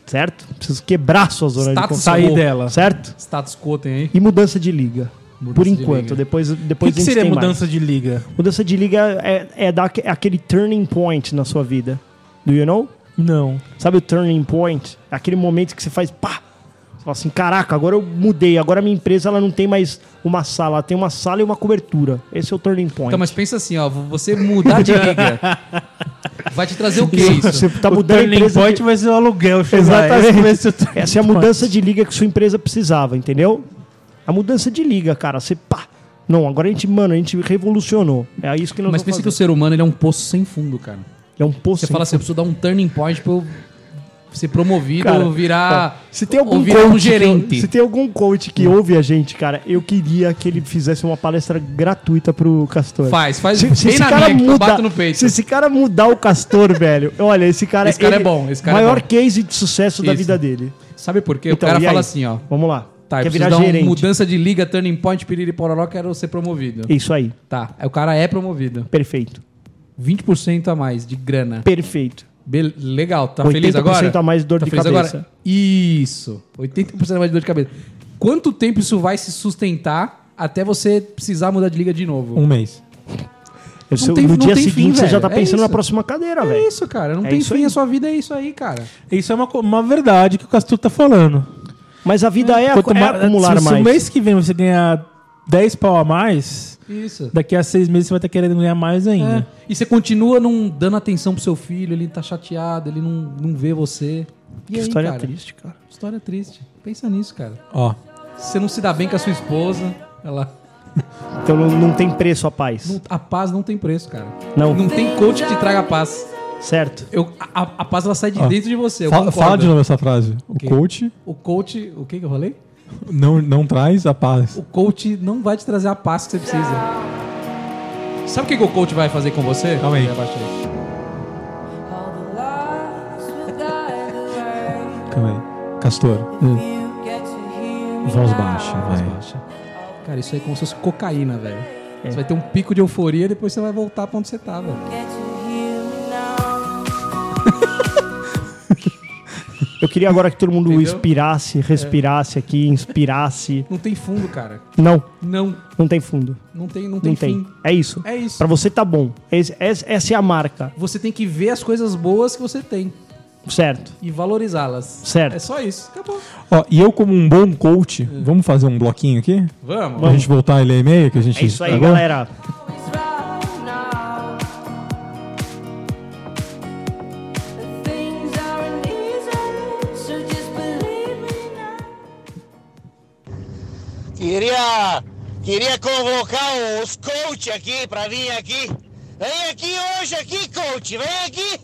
[SPEAKER 2] certo? Preciso quebrar sua zona de
[SPEAKER 4] Status
[SPEAKER 2] conforto.
[SPEAKER 3] Sair
[SPEAKER 4] quo.
[SPEAKER 3] dela.
[SPEAKER 2] Certo?
[SPEAKER 4] Status quo tem aí.
[SPEAKER 2] E mudança de liga.
[SPEAKER 4] Mudança
[SPEAKER 2] por
[SPEAKER 4] de
[SPEAKER 2] enquanto.
[SPEAKER 4] liga.
[SPEAKER 2] Depois,
[SPEAKER 3] O que,
[SPEAKER 2] depois
[SPEAKER 3] que
[SPEAKER 2] a gente
[SPEAKER 3] seria
[SPEAKER 2] tem
[SPEAKER 3] mudança de liga?
[SPEAKER 2] mais. Mudança de liga é, é dar aque- aquele turning point na sua vida. Do you know?
[SPEAKER 3] Não.
[SPEAKER 2] Sabe o turning point? É Aquele momento que você faz pá! Você fala assim, caraca, agora eu mudei. Agora minha empresa ela não tem mais uma sala. Ela tem uma sala e uma cobertura. Esse é o turning point.
[SPEAKER 4] Então, mas pensa assim, ó. Você mudar de liga. vai te trazer o que é isso?
[SPEAKER 2] Você tá mudando a
[SPEAKER 3] turning
[SPEAKER 2] empresa.
[SPEAKER 3] point
[SPEAKER 2] de-
[SPEAKER 3] vai ser o aluguel. Chama.
[SPEAKER 2] Exatamente.
[SPEAKER 3] Esse vai ser o turning
[SPEAKER 2] Essa é a
[SPEAKER 3] point.
[SPEAKER 2] mudança de liga que sua empresa precisava, entendeu? A mudança de liga, cara. Você pá! Não, agora a gente, mano, a gente revolucionou. É isso que nós
[SPEAKER 4] Mas
[SPEAKER 2] vamos
[SPEAKER 4] pensa que o
[SPEAKER 2] fazer.
[SPEAKER 4] ser humano ele é um poço sem fundo, cara.
[SPEAKER 2] É um poço.
[SPEAKER 4] Você
[SPEAKER 2] sem
[SPEAKER 4] fala assim, eu preciso dar um turning point pra eu ser promovido
[SPEAKER 2] Cara,
[SPEAKER 4] ou virar.
[SPEAKER 2] ó, se tem algum
[SPEAKER 4] ou virar "Ah, um
[SPEAKER 2] coach que eu-
[SPEAKER 4] gerente.
[SPEAKER 2] se tem algum coach que ouve a gente, cara, eu queria que ele fizesse uma palestra gratuita pro Castor.
[SPEAKER 4] Faz, faz
[SPEAKER 2] Se, se
[SPEAKER 4] bem
[SPEAKER 2] esse
[SPEAKER 4] na
[SPEAKER 2] cara
[SPEAKER 4] minha, que eu
[SPEAKER 2] mudar,
[SPEAKER 4] bato no peito.
[SPEAKER 2] se esse cara mudar o Castor, velho, olha, esse cara,
[SPEAKER 4] Esse cara
[SPEAKER 2] ele-
[SPEAKER 4] é bom, esse cara é
[SPEAKER 2] maior
[SPEAKER 4] bom.
[SPEAKER 2] case de sucesso da
[SPEAKER 4] Isso.
[SPEAKER 2] vida dele.
[SPEAKER 4] Sabe por quê?
[SPEAKER 2] Então,
[SPEAKER 4] o cara
[SPEAKER 2] e
[SPEAKER 4] fala
[SPEAKER 2] aí?
[SPEAKER 4] assim, ó.
[SPEAKER 2] Vamos lá.
[SPEAKER 4] Tá,
[SPEAKER 2] Quer
[SPEAKER 4] eu
[SPEAKER 2] virar
[SPEAKER 4] preciso dar uma
[SPEAKER 2] gerente.
[SPEAKER 4] mudança de liga, turning point, piriri pororó, quero ser promovido.
[SPEAKER 2] Isso aí.
[SPEAKER 4] Tá, aí o cara é promovido.
[SPEAKER 2] Perfeito.
[SPEAKER 4] 20% a mais de grana.
[SPEAKER 2] Perfeito.
[SPEAKER 4] Be- legal, tá
[SPEAKER 2] 80%
[SPEAKER 4] feliz agora?
[SPEAKER 2] a mais de dor
[SPEAKER 4] Tá
[SPEAKER 2] de
[SPEAKER 4] feliz
[SPEAKER 2] cabeça.
[SPEAKER 4] Isso, 80% a mais de dor de cabeça. Quanto tempo isso vai se sustentar até você precisar mudar de liga de novo?
[SPEAKER 1] Um mês.
[SPEAKER 2] Eu sei-
[SPEAKER 4] tem-
[SPEAKER 2] no
[SPEAKER 4] não
[SPEAKER 2] dia
[SPEAKER 4] tem
[SPEAKER 2] seguinte
[SPEAKER 4] fim,
[SPEAKER 2] você já
[SPEAKER 4] velho.
[SPEAKER 2] tá
[SPEAKER 4] É
[SPEAKER 2] pensando na
[SPEAKER 4] isso.
[SPEAKER 2] próxima cadeira,
[SPEAKER 4] É
[SPEAKER 2] velho.
[SPEAKER 4] isso, cara. Não
[SPEAKER 2] É
[SPEAKER 4] tem
[SPEAKER 2] isso
[SPEAKER 4] fim,
[SPEAKER 2] aí.
[SPEAKER 4] a sua vida é isso aí, cara.
[SPEAKER 3] Isso é uma, co- uma verdade que o Castor tá falando.
[SPEAKER 2] Mas a vida é, acu- é
[SPEAKER 3] ma-
[SPEAKER 2] acumular
[SPEAKER 3] se, Se
[SPEAKER 2] mais.
[SPEAKER 3] o mês que vem você ganhar 10 pau a mais,
[SPEAKER 4] Isso.
[SPEAKER 3] daqui a seis meses você vai estar querendo ganhar mais
[SPEAKER 4] É.
[SPEAKER 3] ainda.
[SPEAKER 4] E você continua não dando atenção pro seu filho, ele tá chateado, ele não, não vê você. E
[SPEAKER 2] Que
[SPEAKER 4] aí,
[SPEAKER 2] história
[SPEAKER 4] cara?
[SPEAKER 2] triste, cara.
[SPEAKER 4] História triste. Pensa nisso, cara.
[SPEAKER 1] Ó.
[SPEAKER 4] Se Você não se dá bem com a sua esposa. Ela,
[SPEAKER 2] Então não, não tem preço a paz.
[SPEAKER 4] não- a paz não tem preço, cara.
[SPEAKER 2] Não.
[SPEAKER 4] Não tem coach que te traga a paz.
[SPEAKER 2] Certo?
[SPEAKER 4] Eu, a, a- a paz ela sai de dentro de você. eu
[SPEAKER 1] Fala,
[SPEAKER 4] concordo.
[SPEAKER 1] fala de novo essa frase. O
[SPEAKER 4] Ok.
[SPEAKER 1] coach
[SPEAKER 4] O coach. O que, que eu falei?
[SPEAKER 1] não, não traz a paz.
[SPEAKER 4] O coach não vai te trazer a paz que você precisa. Sabe o que, que o coach vai fazer com você?
[SPEAKER 1] Calma aí.
[SPEAKER 4] Abaixa aí.
[SPEAKER 1] Calma aí. Castor. Hum. Voz baixa, vai.
[SPEAKER 4] Cara, isso aí é como se fosse cocaína, velho.
[SPEAKER 2] É.
[SPEAKER 4] Você vai ter um pico de euforia e depois você vai voltar pra onde você tá, velho.
[SPEAKER 2] Eu queria agora que todo mundo
[SPEAKER 4] Entendeu? É.
[SPEAKER 2] inspirasse, respirasse aqui, inspirasse.
[SPEAKER 4] Não tem fundo, cara.
[SPEAKER 2] Não,
[SPEAKER 4] Não,
[SPEAKER 2] não tem fundo.
[SPEAKER 4] não tem, não tem
[SPEAKER 2] Não
[SPEAKER 4] fim.
[SPEAKER 2] tem. É isso.
[SPEAKER 4] É isso.
[SPEAKER 2] Pra você tá bom. Esse- esse- Essa é a marca.
[SPEAKER 4] Você tem que ver as coisas boas que você tem
[SPEAKER 2] Certo.
[SPEAKER 4] e valorizá-las.
[SPEAKER 2] Certo.
[SPEAKER 4] É só isso. Acabou.
[SPEAKER 1] Ó, e eu, como um bom coach,
[SPEAKER 4] Hum.
[SPEAKER 1] vamos fazer um bloquinho aqui?
[SPEAKER 4] Vamos.
[SPEAKER 1] Pra gente voltar a ler e-mail que a gente.
[SPEAKER 2] É isso aí,
[SPEAKER 1] tá bom?
[SPEAKER 2] galera.
[SPEAKER 8] Queria, queria convocar os coach aqui pra vir aqui. Vem aqui hoje aqui, coach, vem aqui.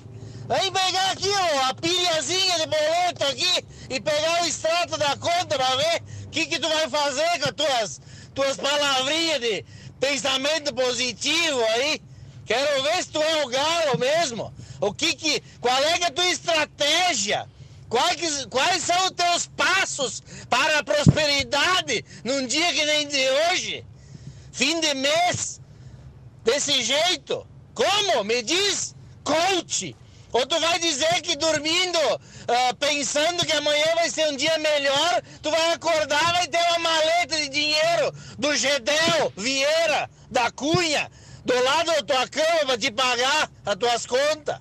[SPEAKER 8] Vem pegar aqui ó, a pilhazinha de boloto aqui e pegar o extrato da conta pra ver o que, que tu vai fazer com as tuas, tuas palavrinhas de pensamento positivo aí. Quero ver se tu é o galo mesmo. O que que, qual é que é a tua estratégia? Quais, quais são os teus passos para a prosperidade num dia que nem de hoje? Fim de mês? Desse jeito? Como? Me diz, coach! Ou tu vai dizer que dormindo, ah, pensando que amanhã vai ser um dia melhor, tu vai acordar vai ter uma maleta de dinheiro do Gedel Vieira da Cunha do lado da tua cama pra te pagar as tuas contas?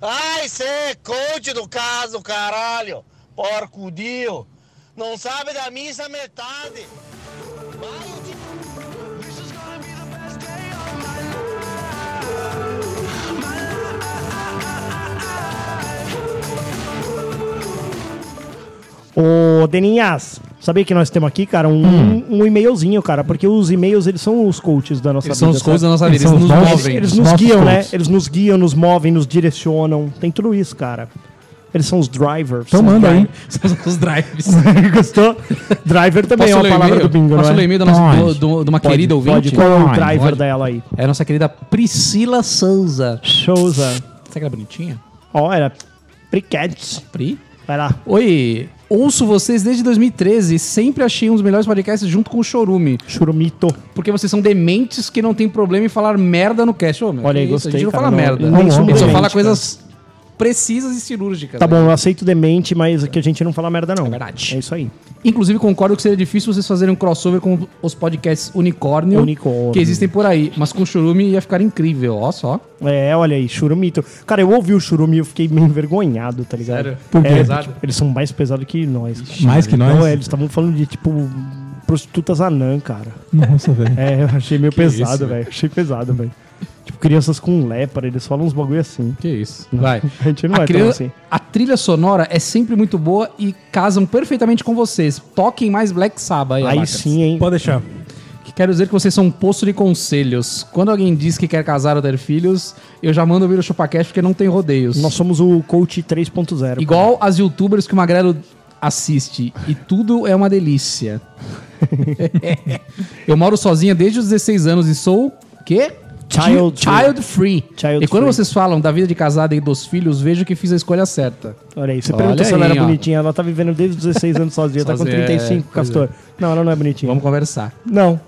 [SPEAKER 8] Ai, cê, é coach do caso, caralho. Porco dio. Não sabe da missa metade. Vai o de...
[SPEAKER 2] Ô, Deninhas, sabia que nós temos aqui, cara, um,
[SPEAKER 4] Hum.
[SPEAKER 2] um e-mailzinho, cara, porque os e-mails, eles são os coaches da nossa
[SPEAKER 4] Eles
[SPEAKER 2] vida.
[SPEAKER 4] são os
[SPEAKER 2] sabe?
[SPEAKER 4] coaches da nossa vida,
[SPEAKER 1] Eles
[SPEAKER 4] eles nos
[SPEAKER 1] são os
[SPEAKER 4] movem.
[SPEAKER 1] novos-
[SPEAKER 2] Eles
[SPEAKER 1] Os
[SPEAKER 2] nos
[SPEAKER 1] nossos
[SPEAKER 2] guiam, né?
[SPEAKER 1] coaches.
[SPEAKER 2] Eles nos guiam, nos movem, nos direcionam. Tem tudo isso, cara. Eles são os drivers.
[SPEAKER 1] Então manda aí.
[SPEAKER 4] São os drives.
[SPEAKER 2] Gostou? Driver também
[SPEAKER 4] Posso
[SPEAKER 2] é uma
[SPEAKER 4] ler o
[SPEAKER 2] palavra
[SPEAKER 4] e-mail?
[SPEAKER 2] do bingo,
[SPEAKER 4] Posso
[SPEAKER 2] não é?
[SPEAKER 4] ler o e-mail da nossa-
[SPEAKER 1] Pode.
[SPEAKER 4] do- do- de uma querida
[SPEAKER 2] Pode,
[SPEAKER 4] ouvinte?
[SPEAKER 2] qual é o driver
[SPEAKER 4] Pode.
[SPEAKER 2] dela aí?
[SPEAKER 4] É a nossa querida Priscila Souza.
[SPEAKER 2] Souza.
[SPEAKER 4] Será que ela é bonitinha?
[SPEAKER 2] ah. Ó, era Priquete.
[SPEAKER 4] Pri?
[SPEAKER 2] Vai lá.
[SPEAKER 4] Oi, ouço vocês desde 2013 e sempre achei um dos melhores podcasts junto com o Chorume.
[SPEAKER 2] Churumito. Tá
[SPEAKER 4] Porque vocês são dementes que não tem problema em falar merda no cast. Ô, meu,
[SPEAKER 2] Olha aí,
[SPEAKER 4] que isso,
[SPEAKER 2] gostei,
[SPEAKER 4] A gente não
[SPEAKER 2] cara,
[SPEAKER 4] fala
[SPEAKER 2] não, nem
[SPEAKER 4] merda.
[SPEAKER 2] sou
[SPEAKER 4] a gente só
[SPEAKER 2] demente,
[SPEAKER 4] fala
[SPEAKER 2] cara.
[SPEAKER 4] coisas precisas e cirúrgicas.
[SPEAKER 2] Tá
[SPEAKER 4] né?
[SPEAKER 2] bom, eu aceito demente, mas aqui a gente não fala merda, não. É
[SPEAKER 4] verdade.
[SPEAKER 2] É isso aí.
[SPEAKER 4] Inclusive, concordo que seria difícil vocês fazerem um crossover com os podcasts unicórnio,
[SPEAKER 2] Unicórnio.
[SPEAKER 4] que existem por aí. Mas com o Chorume ia ficar incrível, ó só.
[SPEAKER 2] É, olha aí, churumito. Cara, eu ouvi o churume e eu fiquei meio envergonhado, tá ligado?
[SPEAKER 4] Sério?
[SPEAKER 2] Por
[SPEAKER 4] quê?
[SPEAKER 2] É,
[SPEAKER 4] Pesado?
[SPEAKER 2] tipo, eles são mais pesados que nós. cara.
[SPEAKER 1] Mais que nós?
[SPEAKER 2] Não, é, eles estavam falando de, tipo, prostitutas anã, cara.
[SPEAKER 1] Nossa, velho.
[SPEAKER 2] É, eu achei meio pesado, velho. Achei pesado, velho. Tipo, crianças com lepra, eles falam uns bagulho assim.
[SPEAKER 4] Que isso. Vai.
[SPEAKER 2] A gente não
[SPEAKER 4] a,
[SPEAKER 2] é tão
[SPEAKER 4] crian-
[SPEAKER 2] assim.
[SPEAKER 4] a trilha sonora é sempre muito boa e casam perfeitamente com vocês. Toquem mais Black Sabbath aí,
[SPEAKER 2] Aí
[SPEAKER 4] abacas.
[SPEAKER 2] sim, hein?
[SPEAKER 3] Pode deixar.
[SPEAKER 4] Que quero dizer que vocês são um posto de conselhos. Quando alguém diz que quer casar ou ter filhos, eu já mando vir o ChupaCast porque não tem rodeios.
[SPEAKER 2] Nós somos o coach 3.0.
[SPEAKER 4] Igual as youtubers que o Magrelo assiste. E tudo é uma delícia. eu moro sozinha desde os 16 anos e sou o quê?
[SPEAKER 2] Child
[SPEAKER 4] Chi- Child free.
[SPEAKER 2] Child
[SPEAKER 4] e quando
[SPEAKER 2] free.
[SPEAKER 4] vocês falam da vida de casada e dos filhos, vejo que fiz a escolha certa.
[SPEAKER 2] Olha aí, você
[SPEAKER 4] Olha
[SPEAKER 2] perguntou se ela
[SPEAKER 4] aí,
[SPEAKER 2] era
[SPEAKER 4] ó.
[SPEAKER 2] bonitinha. Ela tá vivendo desde os 16 anos sozinha, tá com
[SPEAKER 4] Sozinha, é,
[SPEAKER 2] 35,
[SPEAKER 4] pois
[SPEAKER 2] Castor. Não, ela não é bonitinha.
[SPEAKER 4] Vamos conversar.
[SPEAKER 2] Não.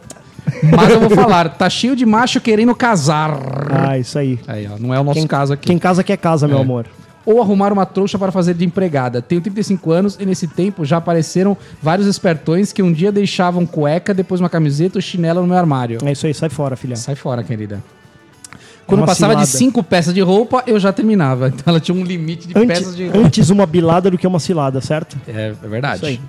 [SPEAKER 4] Mas eu vou falar, tá cheio de macho querendo casar.
[SPEAKER 2] Ah, isso aí.
[SPEAKER 4] Aí, ó, não é o nosso caso aqui. É.
[SPEAKER 2] Quem casa quer casa, meu amor.
[SPEAKER 4] ou arrumar uma trouxa para fazer de empregada. Tenho 35 anos e nesse tempo já apareceram vários espertões que um dia deixavam cueca, depois uma camiseta ou chinela no meu armário.
[SPEAKER 2] É isso aí, sai fora, filha.
[SPEAKER 4] Sai fora, querida. Quando
[SPEAKER 2] uma
[SPEAKER 4] passava de
[SPEAKER 2] cilada.
[SPEAKER 4] cinco peças de roupa, eu já terminava. Então ela tinha um limite de
[SPEAKER 2] Antes,
[SPEAKER 4] peças de roupa.
[SPEAKER 2] antes uma bilada do que uma cilada, certo?
[SPEAKER 4] É, é
[SPEAKER 2] Isso aí.
[SPEAKER 4] verdade.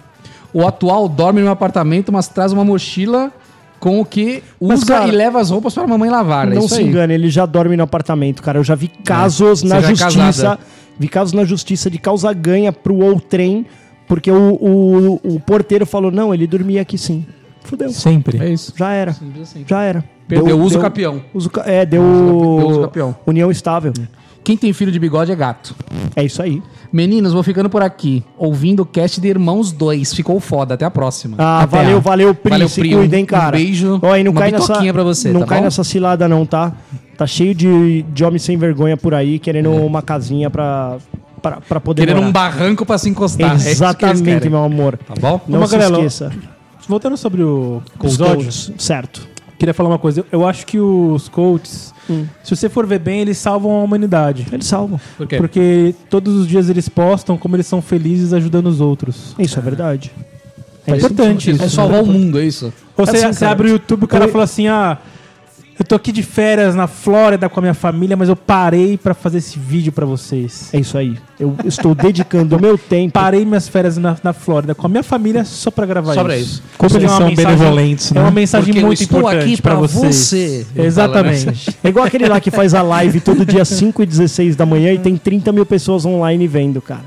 [SPEAKER 4] O atual dorme no apartamento, mas traz uma mochila com o que
[SPEAKER 2] Mas,
[SPEAKER 4] usa
[SPEAKER 2] cara,
[SPEAKER 4] e leva as roupas para a mamãe lavar. é
[SPEAKER 2] não
[SPEAKER 4] isso
[SPEAKER 2] se
[SPEAKER 4] aí.
[SPEAKER 2] engane, ele já dorme no apartamento, cara. Eu já vi casos
[SPEAKER 4] Você
[SPEAKER 2] na
[SPEAKER 4] já é
[SPEAKER 2] justiça.
[SPEAKER 4] casada.
[SPEAKER 2] vi casos na justiça de causa ganha pro outrem, porque o, o, o porteiro falou: não, ele dormia aqui sim. Fudeu.
[SPEAKER 1] Sempre.
[SPEAKER 4] É isso.
[SPEAKER 2] Já era.
[SPEAKER 4] assim.
[SPEAKER 2] Já era.
[SPEAKER 4] Perdeu, uso campeão.
[SPEAKER 2] uso ca- é, deu.
[SPEAKER 4] uso campeão.
[SPEAKER 2] União estável.
[SPEAKER 4] Quem tem filho de bigode é gato.
[SPEAKER 2] É isso aí.
[SPEAKER 4] Meninos, vou ficando por aqui, ouvindo o cast de Irmãos 2. Ficou foda, até a próxima.
[SPEAKER 2] Ah,
[SPEAKER 4] Até
[SPEAKER 2] valeu,
[SPEAKER 4] a-
[SPEAKER 2] valeu, Pri.
[SPEAKER 4] Valeu,
[SPEAKER 2] se
[SPEAKER 4] Pri, um-
[SPEAKER 2] cuidem, cara.
[SPEAKER 4] Um beijo,
[SPEAKER 2] Ó, e não
[SPEAKER 4] uma
[SPEAKER 2] cai nessa,
[SPEAKER 4] bitoquinha pra você,
[SPEAKER 2] Não
[SPEAKER 4] tá
[SPEAKER 2] cai
[SPEAKER 4] bom?
[SPEAKER 2] nessa cilada, não, tá? Tá cheio de, de homem sem vergonha por aí, querendo uma casinha pra, pra, pra poder
[SPEAKER 4] É. Querendo um
[SPEAKER 2] morar.
[SPEAKER 4] barranco pra se encostar. é isso que eles
[SPEAKER 2] Exatamente,
[SPEAKER 4] querem.
[SPEAKER 2] meu amor.
[SPEAKER 4] Tá bom?
[SPEAKER 2] Não
[SPEAKER 3] Ô,
[SPEAKER 2] se
[SPEAKER 3] Magrelo,
[SPEAKER 2] esqueça.
[SPEAKER 3] Voltando sobre o
[SPEAKER 2] Os
[SPEAKER 3] episódio,
[SPEAKER 2] todos, Certo.
[SPEAKER 3] queria falar uma coisa. Eu- Eu acho que os coaches, se você for ver bem, eles salvam a humanidade.
[SPEAKER 2] Eles salvam.
[SPEAKER 4] Por quê?
[SPEAKER 3] Porque todos os dias eles postam como eles são felizes ajudando os outros.
[SPEAKER 2] Isso é verdade.
[SPEAKER 3] É importante isso.
[SPEAKER 2] né?
[SPEAKER 4] É salvar o mundo, é isso?
[SPEAKER 3] Ou você,
[SPEAKER 2] assim,
[SPEAKER 3] você
[SPEAKER 2] cara.
[SPEAKER 3] abre o YouTube e o cara
[SPEAKER 2] Eu-
[SPEAKER 3] fala assim, ah, eu tô aqui de férias na Flórida com a minha família, mas eu parei pra fazer esse vídeo pra vocês.
[SPEAKER 2] É isso aí. Eu estou dedicando o meu tempo.
[SPEAKER 3] Parei minhas férias na, na Flórida com a minha família só pra gravar
[SPEAKER 4] Só
[SPEAKER 3] isso.
[SPEAKER 4] pra isso.
[SPEAKER 1] Como
[SPEAKER 3] Isso é
[SPEAKER 1] eles
[SPEAKER 3] uma
[SPEAKER 1] são
[SPEAKER 3] mensagem-
[SPEAKER 1] benevolentes, né?
[SPEAKER 3] É uma mensagem
[SPEAKER 4] Porque eu
[SPEAKER 3] muito
[SPEAKER 4] estou
[SPEAKER 3] importante
[SPEAKER 4] aqui
[SPEAKER 3] pra
[SPEAKER 4] pra
[SPEAKER 3] vocês.
[SPEAKER 4] você.
[SPEAKER 3] Exatamente.
[SPEAKER 2] É igual aquele lá que faz a live todo dia 5 e 16 da manhã e tem 30 mil pessoas online vendo, cara.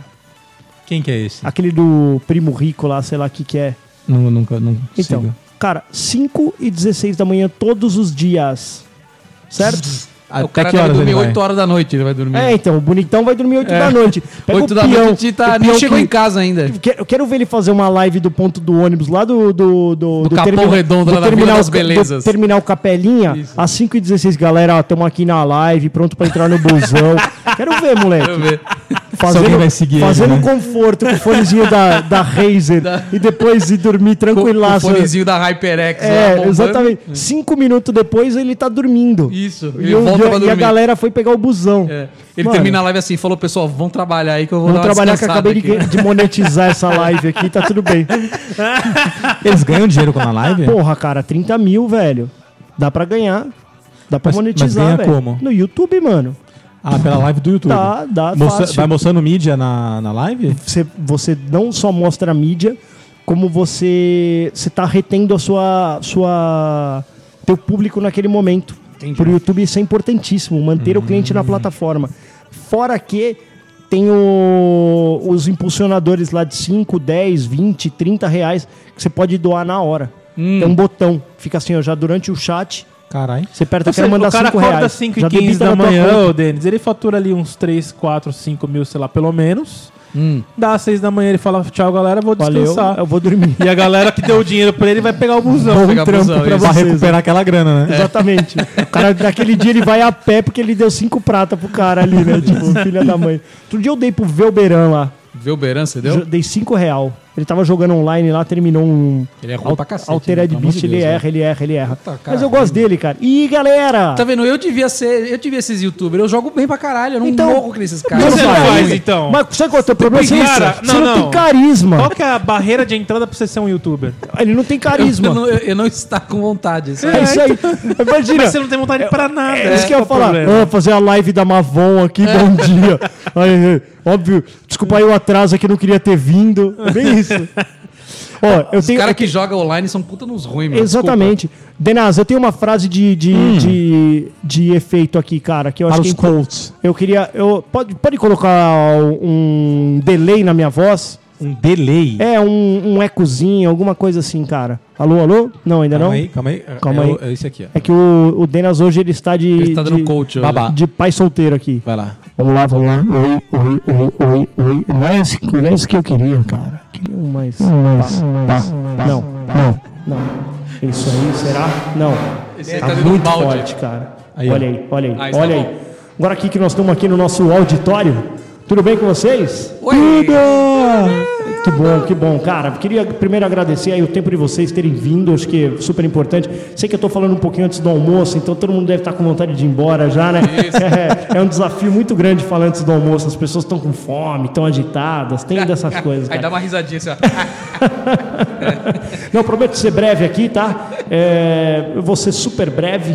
[SPEAKER 4] Quem que é esse?
[SPEAKER 2] Aquele do primo rico lá, sei lá o que que é.
[SPEAKER 4] Não, nunca, não
[SPEAKER 2] Então,
[SPEAKER 4] sigo.
[SPEAKER 2] cara, 5 e 16 da manhã todos os dias. Certo?
[SPEAKER 4] Até
[SPEAKER 3] o cara
[SPEAKER 4] que
[SPEAKER 3] deve
[SPEAKER 4] horas
[SPEAKER 3] dormir
[SPEAKER 4] ele vai?
[SPEAKER 3] oito
[SPEAKER 4] 8 tá horas da noite ele vai dormir.
[SPEAKER 2] É, então, o bonitão vai dormir 8 da noite. Pega
[SPEAKER 4] 8
[SPEAKER 2] o
[SPEAKER 4] É. da
[SPEAKER 2] peão,
[SPEAKER 4] noite tá,
[SPEAKER 2] o peão
[SPEAKER 4] nem chegou
[SPEAKER 2] que-
[SPEAKER 4] em casa ainda.
[SPEAKER 2] que- Eu quero ver ele fazer uma live do ponto do ônibus lá do. Do, do,
[SPEAKER 4] Do Capão Redondo, lá da Vila
[SPEAKER 2] terminal,
[SPEAKER 4] das
[SPEAKER 2] do
[SPEAKER 4] Belezas.
[SPEAKER 2] terminal Capelinha, às 5h16, galera, ó, tamo aqui na live, pronto pra entrar no busão. quero ver, moleque.
[SPEAKER 4] Deixa eu ver.
[SPEAKER 1] alguém
[SPEAKER 2] Fazendo,
[SPEAKER 1] vai seguir ele,
[SPEAKER 2] fazendo
[SPEAKER 1] né?
[SPEAKER 2] conforto com o fonezinho da, da Razer e depois ir dormir
[SPEAKER 4] O
[SPEAKER 2] tranquilaço.
[SPEAKER 4] fonezinho da HyperX. lá,
[SPEAKER 2] É,
[SPEAKER 4] bombando.
[SPEAKER 2] exatamente. Cinco minutos depois ele tá dormindo.
[SPEAKER 4] Isso,
[SPEAKER 2] E,
[SPEAKER 4] ele
[SPEAKER 2] o- e
[SPEAKER 4] volta
[SPEAKER 2] a-
[SPEAKER 4] pra
[SPEAKER 2] e a
[SPEAKER 4] dormir.
[SPEAKER 2] galera foi pegar o busão.
[SPEAKER 4] É. Ele
[SPEAKER 2] Mano.
[SPEAKER 4] termina a live assim, falou, pessoal, vão trabalhar aí que eu vou
[SPEAKER 2] Vamos
[SPEAKER 4] dar uma
[SPEAKER 2] trabalhar que eu
[SPEAKER 4] descansada
[SPEAKER 2] acabei de,
[SPEAKER 4] aqui.
[SPEAKER 2] de monetizar essa live aqui, tá tudo bem.
[SPEAKER 1] Eles ganham dinheiro com a live?
[SPEAKER 2] Porra, cara, 30 mil, velho. Dá pra ganhar. Dá pra
[SPEAKER 1] Mas- mas
[SPEAKER 2] monetizar,
[SPEAKER 1] ganha
[SPEAKER 2] velho.
[SPEAKER 1] como?
[SPEAKER 2] No YouTube, mano.
[SPEAKER 1] Ah, pela live do YouTube.
[SPEAKER 2] Dá, dá
[SPEAKER 1] Mostra-
[SPEAKER 2] fácil.
[SPEAKER 1] vai mostrando mídia na, na live?
[SPEAKER 2] Você, você não só mostra a mídia, como você, você tá retendo a sua, sua teu público naquele momento. Pro YouTube isso é importantíssimo, manter o cliente
[SPEAKER 3] Hum.
[SPEAKER 2] na plataforma. Fora que tem o- os impulsionadores lá de 5, 10, 20, 30 reais que você pode doar na hora.
[SPEAKER 3] Hum.
[SPEAKER 2] Tem um botão, fica assim, ó, já durante o chat,
[SPEAKER 1] Caralho.
[SPEAKER 2] você aperta,
[SPEAKER 3] Então Você-
[SPEAKER 2] quero mandar
[SPEAKER 3] o cara
[SPEAKER 2] 5
[SPEAKER 3] acorda
[SPEAKER 2] reais.
[SPEAKER 3] 5
[SPEAKER 2] já
[SPEAKER 3] e 15
[SPEAKER 2] debita
[SPEAKER 3] da
[SPEAKER 2] na tua
[SPEAKER 3] manhã,
[SPEAKER 2] conta.
[SPEAKER 3] ô Denis. Ele fatura ali uns 3, 4, 5 mil, sei lá, pelo menos.
[SPEAKER 4] Hum.
[SPEAKER 3] Dá às 6 da manhã, ele fala, tchau, galera, vou
[SPEAKER 2] Valeu,
[SPEAKER 3] descansar.
[SPEAKER 2] eu vou dormir.
[SPEAKER 3] E a galera que deu o dinheiro pra ele vai pegar o busão.
[SPEAKER 2] um
[SPEAKER 4] Pegar busão, isso.
[SPEAKER 1] um Pra recuperar aquela grana, né?
[SPEAKER 2] Exatamente. O cara, naquele dia, ele vai a pé porque ele deu cinco prata pro cara ali, né? Tipo, filha da mãe. Outro dia eu dei pro Velberan lá.
[SPEAKER 4] Vê o Beran, você
[SPEAKER 2] Jo-
[SPEAKER 4] deu?
[SPEAKER 2] Dei cinco real. Ele tava jogando online lá, terminou um...
[SPEAKER 4] Ele é ruim pra cacete,
[SPEAKER 2] Altered
[SPEAKER 4] né? Pelo
[SPEAKER 2] Beast,
[SPEAKER 4] amor de
[SPEAKER 2] ele
[SPEAKER 4] Deus,
[SPEAKER 2] erra, ele erra, ele erra.
[SPEAKER 4] Puta, cara.
[SPEAKER 2] Mas eu gosto dele, cara. Ih, galera!
[SPEAKER 4] Tá vendo? Eu devia ser, eu devia ser esse youtuber. Eu jogo bem pra caralho, eu não
[SPEAKER 2] Então,
[SPEAKER 4] morro com esses
[SPEAKER 2] Mas
[SPEAKER 4] caras.
[SPEAKER 3] você não
[SPEAKER 2] vai.
[SPEAKER 3] faz, então?
[SPEAKER 2] Mas sabe qual é o teu problema? Você,
[SPEAKER 3] Cara,
[SPEAKER 2] você
[SPEAKER 3] não,
[SPEAKER 2] não,
[SPEAKER 3] não.
[SPEAKER 2] tem carisma.
[SPEAKER 3] Qual que é a barreira de entrada pra você ser um youtuber?
[SPEAKER 2] Ele não tem
[SPEAKER 4] Eu,
[SPEAKER 2] carisma.
[SPEAKER 4] eu não, eu, eu não estar com vontade. Isso
[SPEAKER 2] É
[SPEAKER 4] aí.
[SPEAKER 2] isso aí. Imagina.
[SPEAKER 3] Mas você não tem vontade pra nada.
[SPEAKER 2] É isso que eu
[SPEAKER 3] é
[SPEAKER 2] ia
[SPEAKER 3] o
[SPEAKER 2] falar.
[SPEAKER 3] problema. É.
[SPEAKER 2] Ah, fazer a live da Mavon aqui, bom dia. Aí, aí, óbvio, desculpa aí o atraso aqui, não queria ter vindo. É Bem isso. Ó, eu
[SPEAKER 4] Os
[SPEAKER 2] tenho.
[SPEAKER 4] caras que jogam online são puta nos ruins, mano.
[SPEAKER 2] É, Exatamente. Denaz, eu tenho uma frase de, de,
[SPEAKER 4] Hum.
[SPEAKER 2] de, de efeito aqui, cara, que eu acho
[SPEAKER 1] Para
[SPEAKER 2] que.
[SPEAKER 1] os Colts.
[SPEAKER 2] Eu queria. Eu, pode, pode colocar um delay na minha voz?
[SPEAKER 1] Um delay.
[SPEAKER 2] É, um, um ecozinho, alguma coisa assim, cara. Alô, alô? Não, ainda não?
[SPEAKER 4] Desculpa. calma aí.
[SPEAKER 2] Calma aí.
[SPEAKER 4] o- esse aqui, ó.
[SPEAKER 2] É que o, o Denas hoje ele está de.
[SPEAKER 4] Ele tá dando
[SPEAKER 2] de,
[SPEAKER 4] coach hoje.
[SPEAKER 2] babá. de pai solteiro aqui.
[SPEAKER 4] Vai lá.
[SPEAKER 9] Vamos lá, vamos lá. Oi, oi, oi, oi, oi. Não é esse, não é esse que eu queria, cara.
[SPEAKER 2] Um mais.
[SPEAKER 9] Mas, tá,
[SPEAKER 2] Não, não, não. Isso aí, será? Não.
[SPEAKER 4] Esse aí
[SPEAKER 2] Tá
[SPEAKER 4] tá dando um
[SPEAKER 2] muito
[SPEAKER 4] balde.
[SPEAKER 2] forte, cara.
[SPEAKER 1] Aí, ó.
[SPEAKER 2] olha aí, olha aí,
[SPEAKER 4] Ah, isso
[SPEAKER 2] olha
[SPEAKER 4] tá
[SPEAKER 2] aí. Agora aqui que nós estamos aqui no nosso auditório. Tudo bem com vocês?
[SPEAKER 4] Oi!
[SPEAKER 2] Que bom, que bom, cara. Queria primeiro agradecer aí o tempo de vocês terem vindo, acho que é super importante. Sei que eu tô falando um pouquinho antes do almoço, então todo mundo deve estar com vontade de ir embora já, né? É, é um desafio muito grande falar antes do almoço. As pessoas estão com fome, estão agitadas, tem dessas coisas.
[SPEAKER 4] Aí
[SPEAKER 2] Cara.
[SPEAKER 4] dá uma risadinha assim, ó.
[SPEAKER 2] Não, eu prometo ser breve aqui, tá? É, eu vou ser super breve.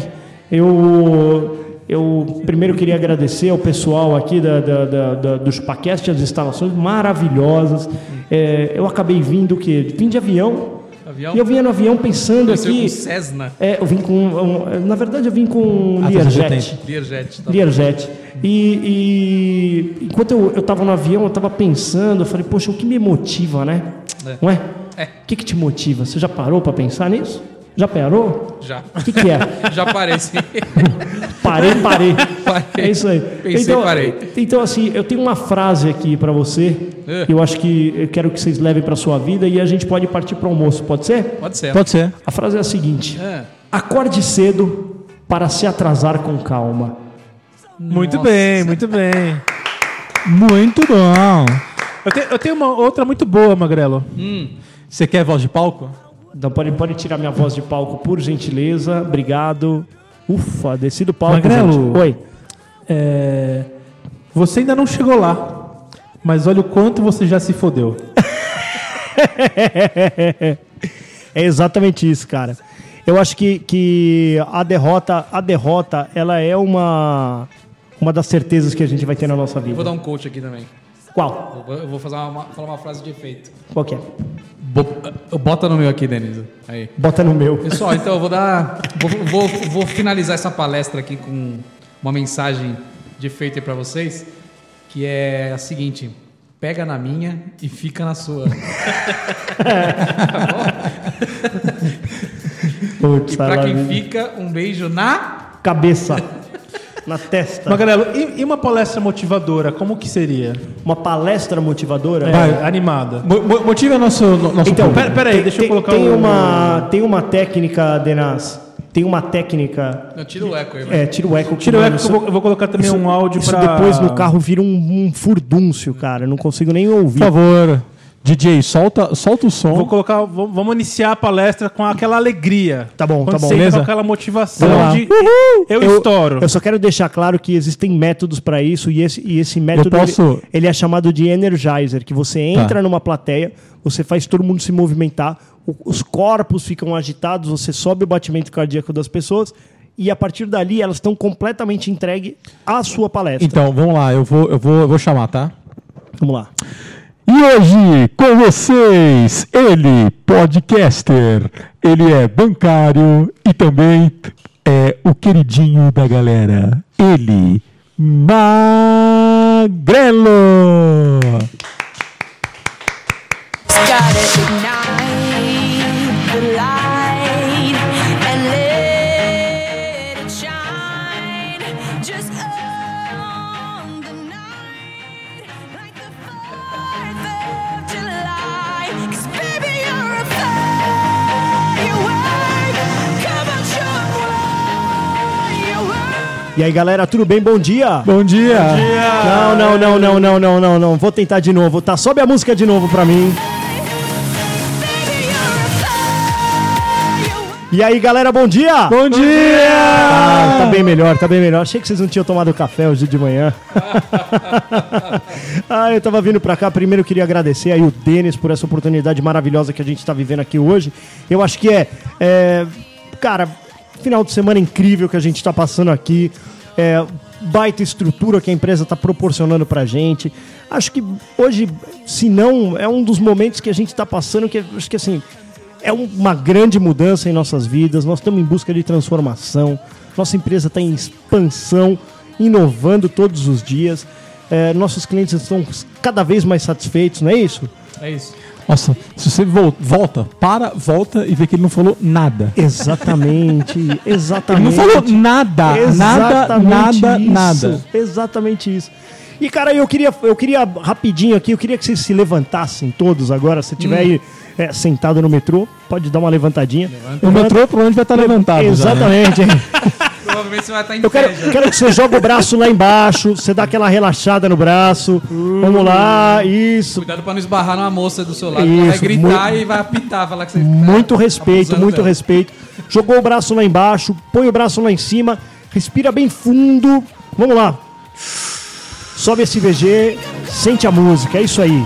[SPEAKER 2] Eu, eu primeiro queria agradecer ao pessoal aqui da, da, da, da, do Chupacast, as instalações maravilhosas. É, eu acabei vindo o quê? Vim de avião.
[SPEAKER 4] Avião?
[SPEAKER 2] E eu vinha no avião pensando
[SPEAKER 4] Você veio com
[SPEAKER 2] aqui.
[SPEAKER 4] Cessna.
[SPEAKER 2] É, eu vim com. um- na verdade, eu vim com um Learjet.
[SPEAKER 4] Learjet. Tá
[SPEAKER 2] Learjet. E, e enquanto eu estava no avião, eu estava pensando, eu falei, poxa, o que me motiva, né?
[SPEAKER 4] É.
[SPEAKER 2] Não é?
[SPEAKER 4] É.
[SPEAKER 2] O que, que te motiva? Você já parou para pensar nisso? Já parou?
[SPEAKER 4] Já.
[SPEAKER 2] O que, que é?
[SPEAKER 4] Já parece.
[SPEAKER 2] parei, parei.
[SPEAKER 4] Parei.
[SPEAKER 2] É isso aí.
[SPEAKER 4] Pensei, parei.
[SPEAKER 2] Então, assim, eu tenho uma frase aqui para você.
[SPEAKER 4] É.
[SPEAKER 2] que Eu acho que eu quero que vocês levem para sua vida e a gente pode partir para o almoço, pode ser?
[SPEAKER 4] Pode ser. né?
[SPEAKER 1] Pode ser.
[SPEAKER 2] A frase é a seguinte:
[SPEAKER 4] É.
[SPEAKER 2] acorde cedo para se atrasar com calma.
[SPEAKER 3] Muito bem, muito bem.
[SPEAKER 1] Muito bom.
[SPEAKER 3] Eu, te- eu tenho uma outra muito boa, Magrelo.
[SPEAKER 1] Você quer voz de palco?
[SPEAKER 2] Então pode, pode tirar minha voz de palco, por gentileza. Obrigado. Ufa, desci do palco.
[SPEAKER 3] Magrelo.
[SPEAKER 2] gente. Oi.
[SPEAKER 3] É, Você ainda não chegou lá, mas olha o quanto você já se fodeu.
[SPEAKER 2] é exatamente isso, cara. Eu acho que, que a derrota, a derrota, ela é uma uma das certezas que a gente vai ter na nossa
[SPEAKER 4] Eu vou
[SPEAKER 2] vida.
[SPEAKER 4] dar um coach aqui também.
[SPEAKER 2] Qual?
[SPEAKER 4] Eu vou- Eu vou fazer uma, uma- falar uma frase de efeito.
[SPEAKER 2] Qual que é?
[SPEAKER 4] Bo- Bota no meu aqui, Denise. Aí.
[SPEAKER 2] Bota no meu.
[SPEAKER 4] Pessoal, então eu vou dar. Vou, vou- vou finalizar essa palestra aqui com uma mensagem de efeito aí pra vocês, que é a seguinte: pega na minha e fica na sua. Tá
[SPEAKER 2] Putz,
[SPEAKER 4] e pra quem
[SPEAKER 2] maravilha.
[SPEAKER 4] fica, um beijo na.
[SPEAKER 2] Cabeça. na testa.
[SPEAKER 3] Magrelo, e, e uma palestra motivadora, como que seria?
[SPEAKER 2] Uma palestra motivadora?
[SPEAKER 3] Vai, animada.
[SPEAKER 1] Mo- mo- Motive o nosso, no- nosso
[SPEAKER 2] Então,
[SPEAKER 1] público.
[SPEAKER 3] pera- pera aí,
[SPEAKER 2] tem-
[SPEAKER 3] deixa eu
[SPEAKER 2] tem-
[SPEAKER 3] colocar
[SPEAKER 2] tem
[SPEAKER 3] o-
[SPEAKER 2] uma Tem uma técnica, Denas. Tem uma técnica.
[SPEAKER 4] Não, tira o eco aí, vai.
[SPEAKER 2] É, tira o eco.
[SPEAKER 3] Tira o
[SPEAKER 2] mano,
[SPEAKER 3] eco, que eu
[SPEAKER 2] isso-
[SPEAKER 3] vou, eu vou colocar também
[SPEAKER 2] isso-
[SPEAKER 3] um áudio
[SPEAKER 2] isso
[SPEAKER 3] pra...
[SPEAKER 2] depois no carro vira um, um furdúncio, cara. Eu Não consigo nem
[SPEAKER 1] Por
[SPEAKER 2] ouvir.
[SPEAKER 1] favor, DJ, solta, solta o
[SPEAKER 3] Vou
[SPEAKER 1] som.
[SPEAKER 3] colocar, vou- vamos iniciar a palestra com aquela alegria.
[SPEAKER 2] Tá bom, tá
[SPEAKER 3] Quando
[SPEAKER 2] bom.
[SPEAKER 3] você entra
[SPEAKER 1] Beleza?
[SPEAKER 3] com aquela
[SPEAKER 2] Vamos
[SPEAKER 3] motivação
[SPEAKER 2] lá.
[SPEAKER 3] de... Eu,
[SPEAKER 2] Eu-
[SPEAKER 3] estouro.
[SPEAKER 2] Eu só quero deixar claro que existem métodos pra isso e esse, e esse método
[SPEAKER 1] posso-
[SPEAKER 2] ele, ele é chamado de energizer, que você
[SPEAKER 3] Tá.
[SPEAKER 2] entra numa plateia, você faz todo mundo se movimentar, o- os corpos ficam agitados, você sobe o batimento cardíaco das pessoas e a partir dali elas estão completamente entregue à sua palestra.
[SPEAKER 1] Então, vamos lá, eu vou, eu vou, eu vou chamar, tá?
[SPEAKER 2] Vamos lá.
[SPEAKER 1] E hoje, com vocês, ele, podcaster, ele é bancário e também é o queridinho da galera. Ele, Magrelo!
[SPEAKER 7] Gotta ignite the light and let it shine just on the night, like the 4th of July. 'Cause baby, you're a firework. Come on, show 'em what you're worth.
[SPEAKER 2] E aí, galera, tudo bem? Bom dia.
[SPEAKER 1] Bom dia!
[SPEAKER 2] Não, não, não, não, não, não, não, não. Vou tentar de novo, tá? Sobe a música de novo pra mim.
[SPEAKER 7] Baby, you're a firework.
[SPEAKER 2] E aí, galera, bom dia.
[SPEAKER 1] Bom dia!
[SPEAKER 2] Ah, tá bem melhor, tá bem melhor. Achei que vocês não tinham tomado café hoje de manhã. ah, eu tava vindo pra cá. Primeiro eu queria agradecer aí o Denis por essa oportunidade maravilhosa que a gente tá vivendo aqui hoje. Eu acho que é. é, cara, final de semana incrível que a gente tá passando aqui. É, baita estrutura que a empresa tá proporcionando pra gente. Acho que hoje, se não, é um dos momentos que a gente tá passando que acho que assim é uma grande mudança em nossas vidas. Nós estamos em busca de transformação. Nossa empresa está em expansão, inovando todos os dias. É, nossos clientes estão cada vez mais satisfeitos, não é isso?
[SPEAKER 4] É isso.
[SPEAKER 1] Nossa, se você vol- volta, para, volta e vê que ele não falou nada.
[SPEAKER 2] Exatamente,
[SPEAKER 1] Ele
[SPEAKER 2] exatamente.
[SPEAKER 1] não falou nada, nada, nada,
[SPEAKER 2] isso,
[SPEAKER 1] nada.
[SPEAKER 2] Exatamente isso. E, cara, eu queria, eu queria rapidinho aqui, eu queria que vocês se levantassem todos agora. Se
[SPEAKER 1] Hum.
[SPEAKER 2] tiver aí é, sentado no metrô, pode dar uma levantadinha.
[SPEAKER 1] O metrô provavelmente vai estar levantado. já, né?
[SPEAKER 2] Exatamente.
[SPEAKER 4] Provavelmente você vai estar em
[SPEAKER 2] Eu quero,
[SPEAKER 4] inveja.
[SPEAKER 2] quero que você jogue o braço lá embaixo, você dá aquela relaxada no braço. Vamos lá, isso.
[SPEAKER 4] Cuidado pra não esbarrar numa moça do seu lado. que
[SPEAKER 2] Isso,
[SPEAKER 4] vai gritar
[SPEAKER 2] muito-
[SPEAKER 4] e vai apitar, falar que você. tá
[SPEAKER 2] Muito respeito,
[SPEAKER 4] abusando
[SPEAKER 2] muito
[SPEAKER 4] dela.
[SPEAKER 2] respeito. Jogou o braço lá embaixo, põe o braço lá em cima, respira bem fundo. Vamos lá. Sobe esse VG, sente a música, é isso aí.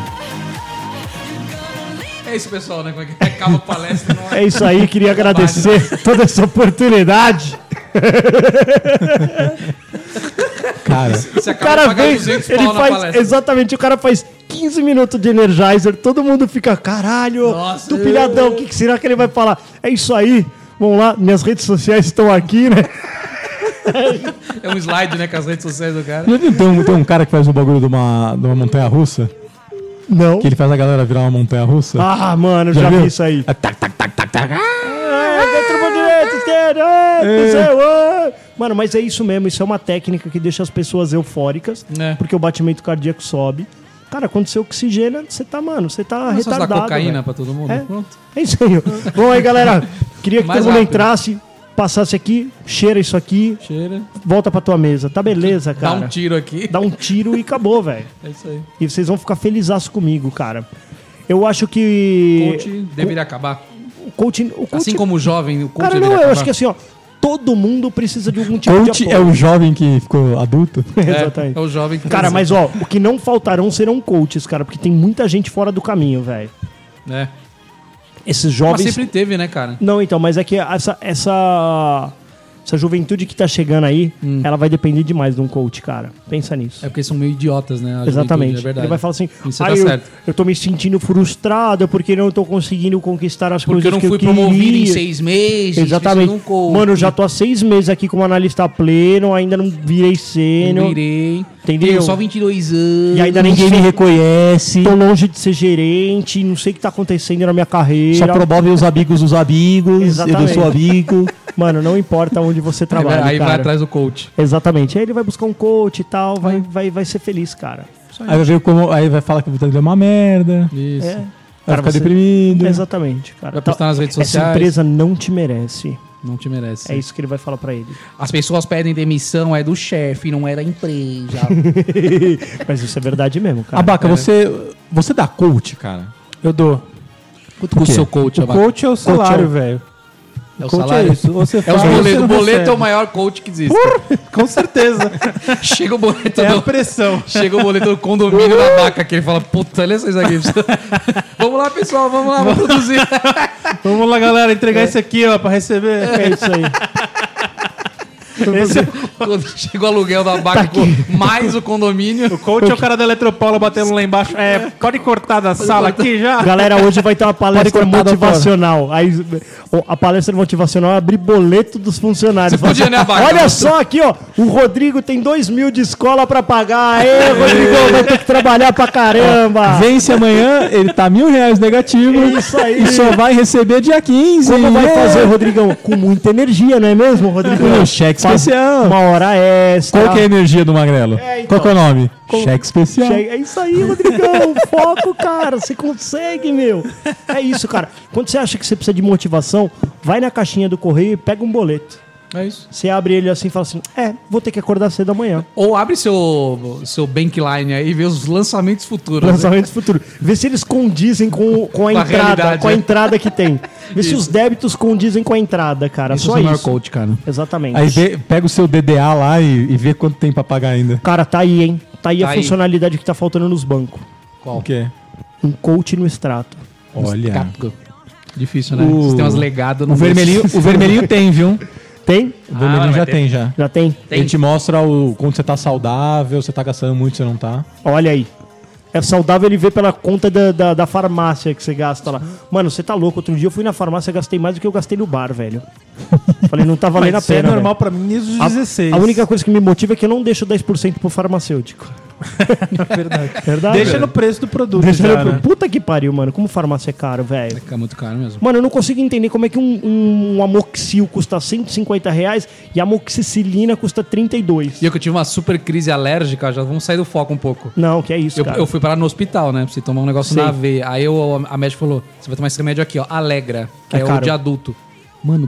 [SPEAKER 4] É isso, pessoal, né? Como é que acaba a palestra? Não
[SPEAKER 2] É isso aí, queria agradecer toda essa oportunidade.
[SPEAKER 1] Cara,
[SPEAKER 4] Você
[SPEAKER 2] O
[SPEAKER 4] acaba
[SPEAKER 2] cara
[SPEAKER 4] pagando
[SPEAKER 2] vem,
[SPEAKER 4] 200
[SPEAKER 2] ele
[SPEAKER 4] pau na
[SPEAKER 2] faz,
[SPEAKER 4] palestra.
[SPEAKER 2] exatamente, o cara faz 15 minutos de Energizer, todo mundo fica, caralho,
[SPEAKER 4] Nossa.
[SPEAKER 2] do pilhadão, o que, que será que ele vai falar? É isso aí, vamos lá, minhas redes sociais estão aqui, né?
[SPEAKER 4] É um slide, né? Com as redes sociais do cara.
[SPEAKER 1] já viu, tem, um, tem um cara que faz o bagulho de uma, de uma montanha russa?
[SPEAKER 2] Não.
[SPEAKER 1] Que ele faz a galera virar uma montanha russa?
[SPEAKER 2] Ah, mano, eu já,
[SPEAKER 1] viu?
[SPEAKER 2] vi isso aí.
[SPEAKER 1] Ah, Tac, tac, tac, tac, tac. Ah!
[SPEAKER 2] É, dentro do direito, esquerda, é, do céu, é. Mano, mas é isso mesmo, isso é uma técnica que deixa as pessoas eufóricas,
[SPEAKER 4] É.
[SPEAKER 2] porque o batimento cardíaco sobe. Cara, quando você oxigena, você tá, mano, você tá
[SPEAKER 4] Vamos só dar
[SPEAKER 2] retardado.
[SPEAKER 4] cocaína
[SPEAKER 2] velho.
[SPEAKER 4] pra todo mundo.
[SPEAKER 2] É.
[SPEAKER 4] Pronto.
[SPEAKER 2] É isso aí. Bom aí, galera. Queria que
[SPEAKER 4] Mais
[SPEAKER 2] todo mundo
[SPEAKER 4] rápido.
[SPEAKER 2] entrasse, passasse aqui, cheira isso aqui,
[SPEAKER 4] Cheira.
[SPEAKER 2] volta pra tua mesa. Tá beleza,
[SPEAKER 4] Dá
[SPEAKER 2] cara.
[SPEAKER 4] um tiro aqui.
[SPEAKER 2] Dá um tiro e acabou, velho.
[SPEAKER 4] É isso aí.
[SPEAKER 2] E vocês vão ficar felizaços comigo, cara. Eu acho que.
[SPEAKER 4] Coach deveria acabar.
[SPEAKER 2] o coaching. O coaching
[SPEAKER 4] Assim como o jovem, o coach
[SPEAKER 2] Cara, não,
[SPEAKER 4] deveria
[SPEAKER 2] eu
[SPEAKER 4] acabar.
[SPEAKER 2] acho que assim, ó, todo mundo precisa de algum tipo de
[SPEAKER 1] Coach
[SPEAKER 2] apoio.
[SPEAKER 1] é o jovem que ficou adulto?
[SPEAKER 4] É,
[SPEAKER 2] Exatamente.
[SPEAKER 4] é o jovem que
[SPEAKER 2] Cara,
[SPEAKER 4] precisa.
[SPEAKER 2] mas ó, o que não faltarão serão coaches, cara, porque tem muita gente fora do caminho, velho.
[SPEAKER 4] É.
[SPEAKER 2] Esses
[SPEAKER 4] Mas
[SPEAKER 2] jovens.
[SPEAKER 4] sempre teve, né, cara?
[SPEAKER 2] Não, então, mas é que essa, essa, essa juventude que tá chegando aí, ela vai depender demais de um coach, cara. Pensa nisso.
[SPEAKER 4] Hum. É porque eles são meio idiotas, né? a juventude,
[SPEAKER 2] Exatamente.
[SPEAKER 4] É verdade.
[SPEAKER 2] Ele vai falar assim:
[SPEAKER 4] Isso
[SPEAKER 2] "Ah,
[SPEAKER 4] tá
[SPEAKER 2] eu,
[SPEAKER 4] certo.
[SPEAKER 2] eu tô me sentindo frustrado porque não tô conseguindo conquistar as
[SPEAKER 4] Porque
[SPEAKER 2] coisas
[SPEAKER 4] eu não
[SPEAKER 2] que
[SPEAKER 4] fui
[SPEAKER 2] eu queria.
[SPEAKER 4] promovido em seis meses.
[SPEAKER 2] Exatamente.
[SPEAKER 4] preciso de um coach.
[SPEAKER 2] Mano, eu já tô há seis meses aqui como analista pleno, ainda não virei
[SPEAKER 4] Não
[SPEAKER 2] sênior.
[SPEAKER 4] virei.
[SPEAKER 2] Entendeu?
[SPEAKER 4] Tenho só 22 anos. É
[SPEAKER 2] E ainda ninguém me
[SPEAKER 1] reconhece.
[SPEAKER 2] Tô longe de ser gerente, não sei o que tá acontecendo na minha carreira.
[SPEAKER 1] Só promove os amigos dos amigos, eu não
[SPEAKER 2] Exatamente.
[SPEAKER 1] sou amigo.
[SPEAKER 2] Mano, não importa onde você
[SPEAKER 4] Aí vai-
[SPEAKER 2] trabalha,
[SPEAKER 4] É aí vai
[SPEAKER 2] cara.
[SPEAKER 4] atrás do coach.
[SPEAKER 2] Exatamente. Aí ele vai buscar um coach e tal, vai, vai, vai ser feliz, cara.
[SPEAKER 1] Aí vai, ver como, aí vai falar que o Vitadil é uma merda,
[SPEAKER 4] Isso.
[SPEAKER 2] É.
[SPEAKER 1] vai
[SPEAKER 2] Cara,
[SPEAKER 1] ficar
[SPEAKER 2] você-
[SPEAKER 1] deprimido.
[SPEAKER 2] Exatamente, cara.
[SPEAKER 4] Vai postar nas redes
[SPEAKER 2] Essa
[SPEAKER 4] sociais.
[SPEAKER 2] empresa não te merece.
[SPEAKER 4] Não te merece.
[SPEAKER 2] É isso que ele vai falar pra ele.
[SPEAKER 4] As pessoas pedem demissão, é do chefe, não era empresa.
[SPEAKER 2] Mas isso é verdade mesmo, cara.
[SPEAKER 1] Abaca, você, você dá coach, cara?
[SPEAKER 3] Eu dou.
[SPEAKER 4] Quanto custa o seu coach,
[SPEAKER 3] O
[SPEAKER 4] Abaca?
[SPEAKER 3] coach é o salário,
[SPEAKER 2] um-
[SPEAKER 1] Coach
[SPEAKER 3] velho.
[SPEAKER 4] É o
[SPEAKER 3] coach
[SPEAKER 4] salário?
[SPEAKER 3] é isso. Ou você
[SPEAKER 4] É os
[SPEAKER 3] faz, ou você
[SPEAKER 4] boletos.
[SPEAKER 3] não
[SPEAKER 4] O boleto é o
[SPEAKER 3] recebe.
[SPEAKER 4] maior coach que existe.
[SPEAKER 3] Com certeza.
[SPEAKER 4] Chega o boleto
[SPEAKER 3] é a
[SPEAKER 4] do...
[SPEAKER 3] pressão.
[SPEAKER 4] Chega o boleto do condomínio da vaca que ele fala, puta, olha só isso aqui. vamos lá, pessoal, vamos lá, vamos produzir.
[SPEAKER 3] Então, Vamos lá, galera, entregar isso aqui, ó, pra receber.
[SPEAKER 2] É isso aí.
[SPEAKER 3] Esse é-
[SPEAKER 4] Quando chega o aluguel
[SPEAKER 3] Tá
[SPEAKER 4] da vaca, mais o condomínio.
[SPEAKER 3] O coach é o cara da Eletropaula batendo lá embaixo. É, pode cortar da sala aqui já?
[SPEAKER 2] Galera, hoje vai ter uma palestra
[SPEAKER 1] cortar, doutora.
[SPEAKER 2] motivacional. Aí, ó, a palestra motivacional é abrir boleto dos funcionários.
[SPEAKER 4] Você podia, né, Abaca?
[SPEAKER 2] Olha só aqui, ó. O Rodrigo tem dois mil de escola pra pagar. Aê, Rodrigo, vai ter que trabalhar pra caramba.
[SPEAKER 1] Vence amanhã, ele tá mil reais negativo
[SPEAKER 2] Isso aí.
[SPEAKER 1] e só vai receber dia 15.
[SPEAKER 2] Como vai
[SPEAKER 1] É.
[SPEAKER 2] fazer, Rodrigão? Com muita energia, não é mesmo, Rodrigão?
[SPEAKER 1] Um cheque
[SPEAKER 2] Faz
[SPEAKER 1] especial.
[SPEAKER 2] Uma hora extra.
[SPEAKER 1] Qual que é a energia do Magrelo?
[SPEAKER 2] É, então.
[SPEAKER 1] Qual que é o nome?
[SPEAKER 2] Qual-
[SPEAKER 1] Cheque especial.
[SPEAKER 2] Che- É isso aí, Rodrigão. Foco, cara. Você consegue, meu. É isso, cara. Quando você acha que você precisa de motivação, vai na caixinha do correio e pega um boleto.
[SPEAKER 4] É isso.
[SPEAKER 2] Você abre ele assim e fala assim: É, vou ter que acordar cedo amanhã.
[SPEAKER 4] Ou abre seu, seu bankline aí e vê os lançamentos futuros. né?
[SPEAKER 2] Lançamentos futuros. Vê se eles condizem com, o- com a
[SPEAKER 4] Com a
[SPEAKER 2] entrada,
[SPEAKER 4] realidade,
[SPEAKER 2] com a
[SPEAKER 4] né?
[SPEAKER 2] entrada que tem. Vê se os débitos condizem com a entrada, cara.
[SPEAKER 4] Isso
[SPEAKER 2] Só
[SPEAKER 4] é o maior
[SPEAKER 2] isso.
[SPEAKER 4] coach, cara.
[SPEAKER 2] Exatamente.
[SPEAKER 1] Aí vê- pega o seu DDA lá e, e vê quanto tem pra pagar ainda.
[SPEAKER 2] Cara, tá aí, hein? Tá aí
[SPEAKER 4] Tá
[SPEAKER 2] a
[SPEAKER 4] aí.
[SPEAKER 2] funcionalidade que tá faltando nos bancos.
[SPEAKER 4] Qual?
[SPEAKER 1] O quê?
[SPEAKER 2] Um coach no extrato.
[SPEAKER 1] Olha.
[SPEAKER 4] Capco. Difícil, né?
[SPEAKER 1] O-
[SPEAKER 4] Sistemas legado
[SPEAKER 1] O
[SPEAKER 4] no
[SPEAKER 1] vermelhinho, o vermelhinho tem, viu?
[SPEAKER 2] Tem?
[SPEAKER 1] O vermelhinho
[SPEAKER 4] Ah, vai
[SPEAKER 1] já
[SPEAKER 4] ter.
[SPEAKER 1] tem já.
[SPEAKER 2] Já tem?
[SPEAKER 4] Tem.
[SPEAKER 1] Ele te mostra o quanto você tá saudável, você tá gastando muito, você não tá.
[SPEAKER 2] Olha aí. É saudável ele ver pela conta da, da, da farmácia que você gasta lá. Mano, você tá louco. Outro dia eu fui na farmácia e gastei mais do que eu gastei no bar, velho. Falei, não tá valendo
[SPEAKER 3] Mas
[SPEAKER 2] a
[SPEAKER 3] isso é
[SPEAKER 2] pena.
[SPEAKER 3] normal pra mim desde os
[SPEAKER 2] velho. A-
[SPEAKER 3] 16.
[SPEAKER 2] A, única coisa que me motiva é que eu não deixo 10% pro farmacêutico.
[SPEAKER 3] É verdade.
[SPEAKER 2] Verdade?
[SPEAKER 3] Deixa
[SPEAKER 2] velho?
[SPEAKER 3] no preço do produto.
[SPEAKER 2] é Deixa
[SPEAKER 3] já,
[SPEAKER 2] ele pro-
[SPEAKER 3] né?
[SPEAKER 2] Puta que pariu, mano. Como farmácia é caro, velho.
[SPEAKER 4] É muito caro mesmo.
[SPEAKER 2] Mano, eu não consigo entender como é que um, um, um amoxil custa 150 reais e a amoxicilina custa 32.
[SPEAKER 4] E eu que tive uma super crise alérgica, já vamos sair do foco um pouco.
[SPEAKER 2] Não, que é isso,
[SPEAKER 4] Eu,
[SPEAKER 2] cara.
[SPEAKER 4] eu fui parar no hospital, né? Pra você tomar um negócio
[SPEAKER 2] Sei.
[SPEAKER 4] na veia. Aí eu- a médica falou: você vai tomar esse remédio aqui, ó, Alegra, que
[SPEAKER 2] É
[SPEAKER 4] é, o
[SPEAKER 2] caro.
[SPEAKER 4] de adulto. Mano,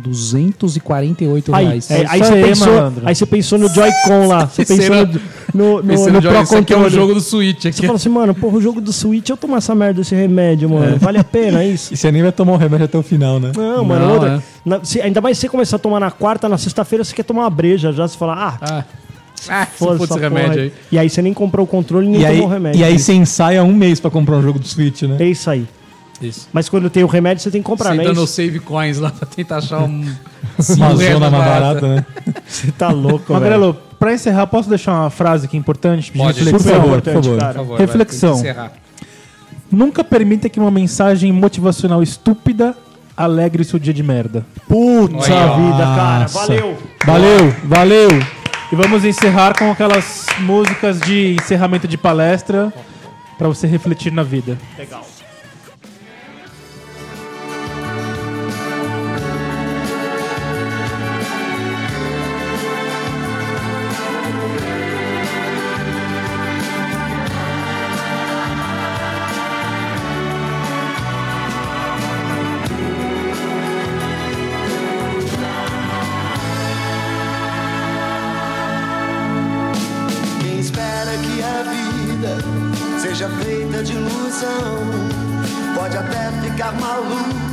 [SPEAKER 4] 248
[SPEAKER 2] Aí,
[SPEAKER 4] reais.
[SPEAKER 2] é, aí
[SPEAKER 3] isso
[SPEAKER 2] você
[SPEAKER 3] aí,
[SPEAKER 2] pensou,
[SPEAKER 3] malandro.
[SPEAKER 2] aí você pensou no Joy-Con lá, você
[SPEAKER 4] Pensei
[SPEAKER 2] pensou no, no, no,
[SPEAKER 4] Pensei
[SPEAKER 2] no
[SPEAKER 4] jogo,
[SPEAKER 2] Pro
[SPEAKER 4] isso aqui é um
[SPEAKER 2] Controle.
[SPEAKER 4] jogo do Switch.
[SPEAKER 2] Você
[SPEAKER 4] Aqui.
[SPEAKER 2] fala assim, mano, porra, o jogo do Switch, eu tomar essa merda, esse remédio, mano,
[SPEAKER 4] É.
[SPEAKER 2] vale a pena isso?
[SPEAKER 1] E você nem vai é tomar o remédio até o final, né?
[SPEAKER 2] Não, mano,
[SPEAKER 4] Não,
[SPEAKER 2] outra-
[SPEAKER 4] é.
[SPEAKER 2] na- se- ainda mais se você começar a tomar na quarta, na sexta-feira, você quer tomar uma breja já, você fala, ah,
[SPEAKER 4] Ah, ah se
[SPEAKER 2] foda essa
[SPEAKER 4] fosse esse
[SPEAKER 2] porra
[SPEAKER 4] remédio
[SPEAKER 2] aí.
[SPEAKER 4] aí.
[SPEAKER 2] E aí você nem comprou o controle nem
[SPEAKER 1] E aí,
[SPEAKER 2] tomou o um remédio.
[SPEAKER 1] e aí você ensaia um mês pra comprar um jogo do Switch, né?
[SPEAKER 2] É isso aí.
[SPEAKER 4] Isso.
[SPEAKER 2] Mas quando tem o remédio, você tem que comprar,
[SPEAKER 4] Você
[SPEAKER 2] né?
[SPEAKER 4] entra no
[SPEAKER 2] Isso-
[SPEAKER 4] Save Coins lá pra tentar achar um.
[SPEAKER 1] Uma
[SPEAKER 4] cinco reais
[SPEAKER 1] zona mais barata, né?
[SPEAKER 2] Você tá louco, velho.
[SPEAKER 3] Magrelo, pra encerrar, posso deixar uma frase aqui importante? de
[SPEAKER 4] Pode.
[SPEAKER 1] Por
[SPEAKER 3] reflexão?
[SPEAKER 1] favor, por
[SPEAKER 2] importante,
[SPEAKER 1] favor.
[SPEAKER 4] Por
[SPEAKER 2] cara.
[SPEAKER 4] favor,
[SPEAKER 3] Reflexão.
[SPEAKER 4] vai, tem que encerrar.
[SPEAKER 3] Nunca permita que uma mensagem motivacional estúpida alegre seu dia de merda.
[SPEAKER 2] Putz
[SPEAKER 4] Olha
[SPEAKER 2] a
[SPEAKER 4] aí, ó.
[SPEAKER 2] vida, cara.
[SPEAKER 1] Nossa.
[SPEAKER 2] Valeu.
[SPEAKER 1] Valeu, valeu.
[SPEAKER 3] E vamos encerrar com aquelas músicas de encerramento de palestra pra você refletir na vida.
[SPEAKER 7] Quem espera que a vida seja feita de ilusão pode até ficar maluco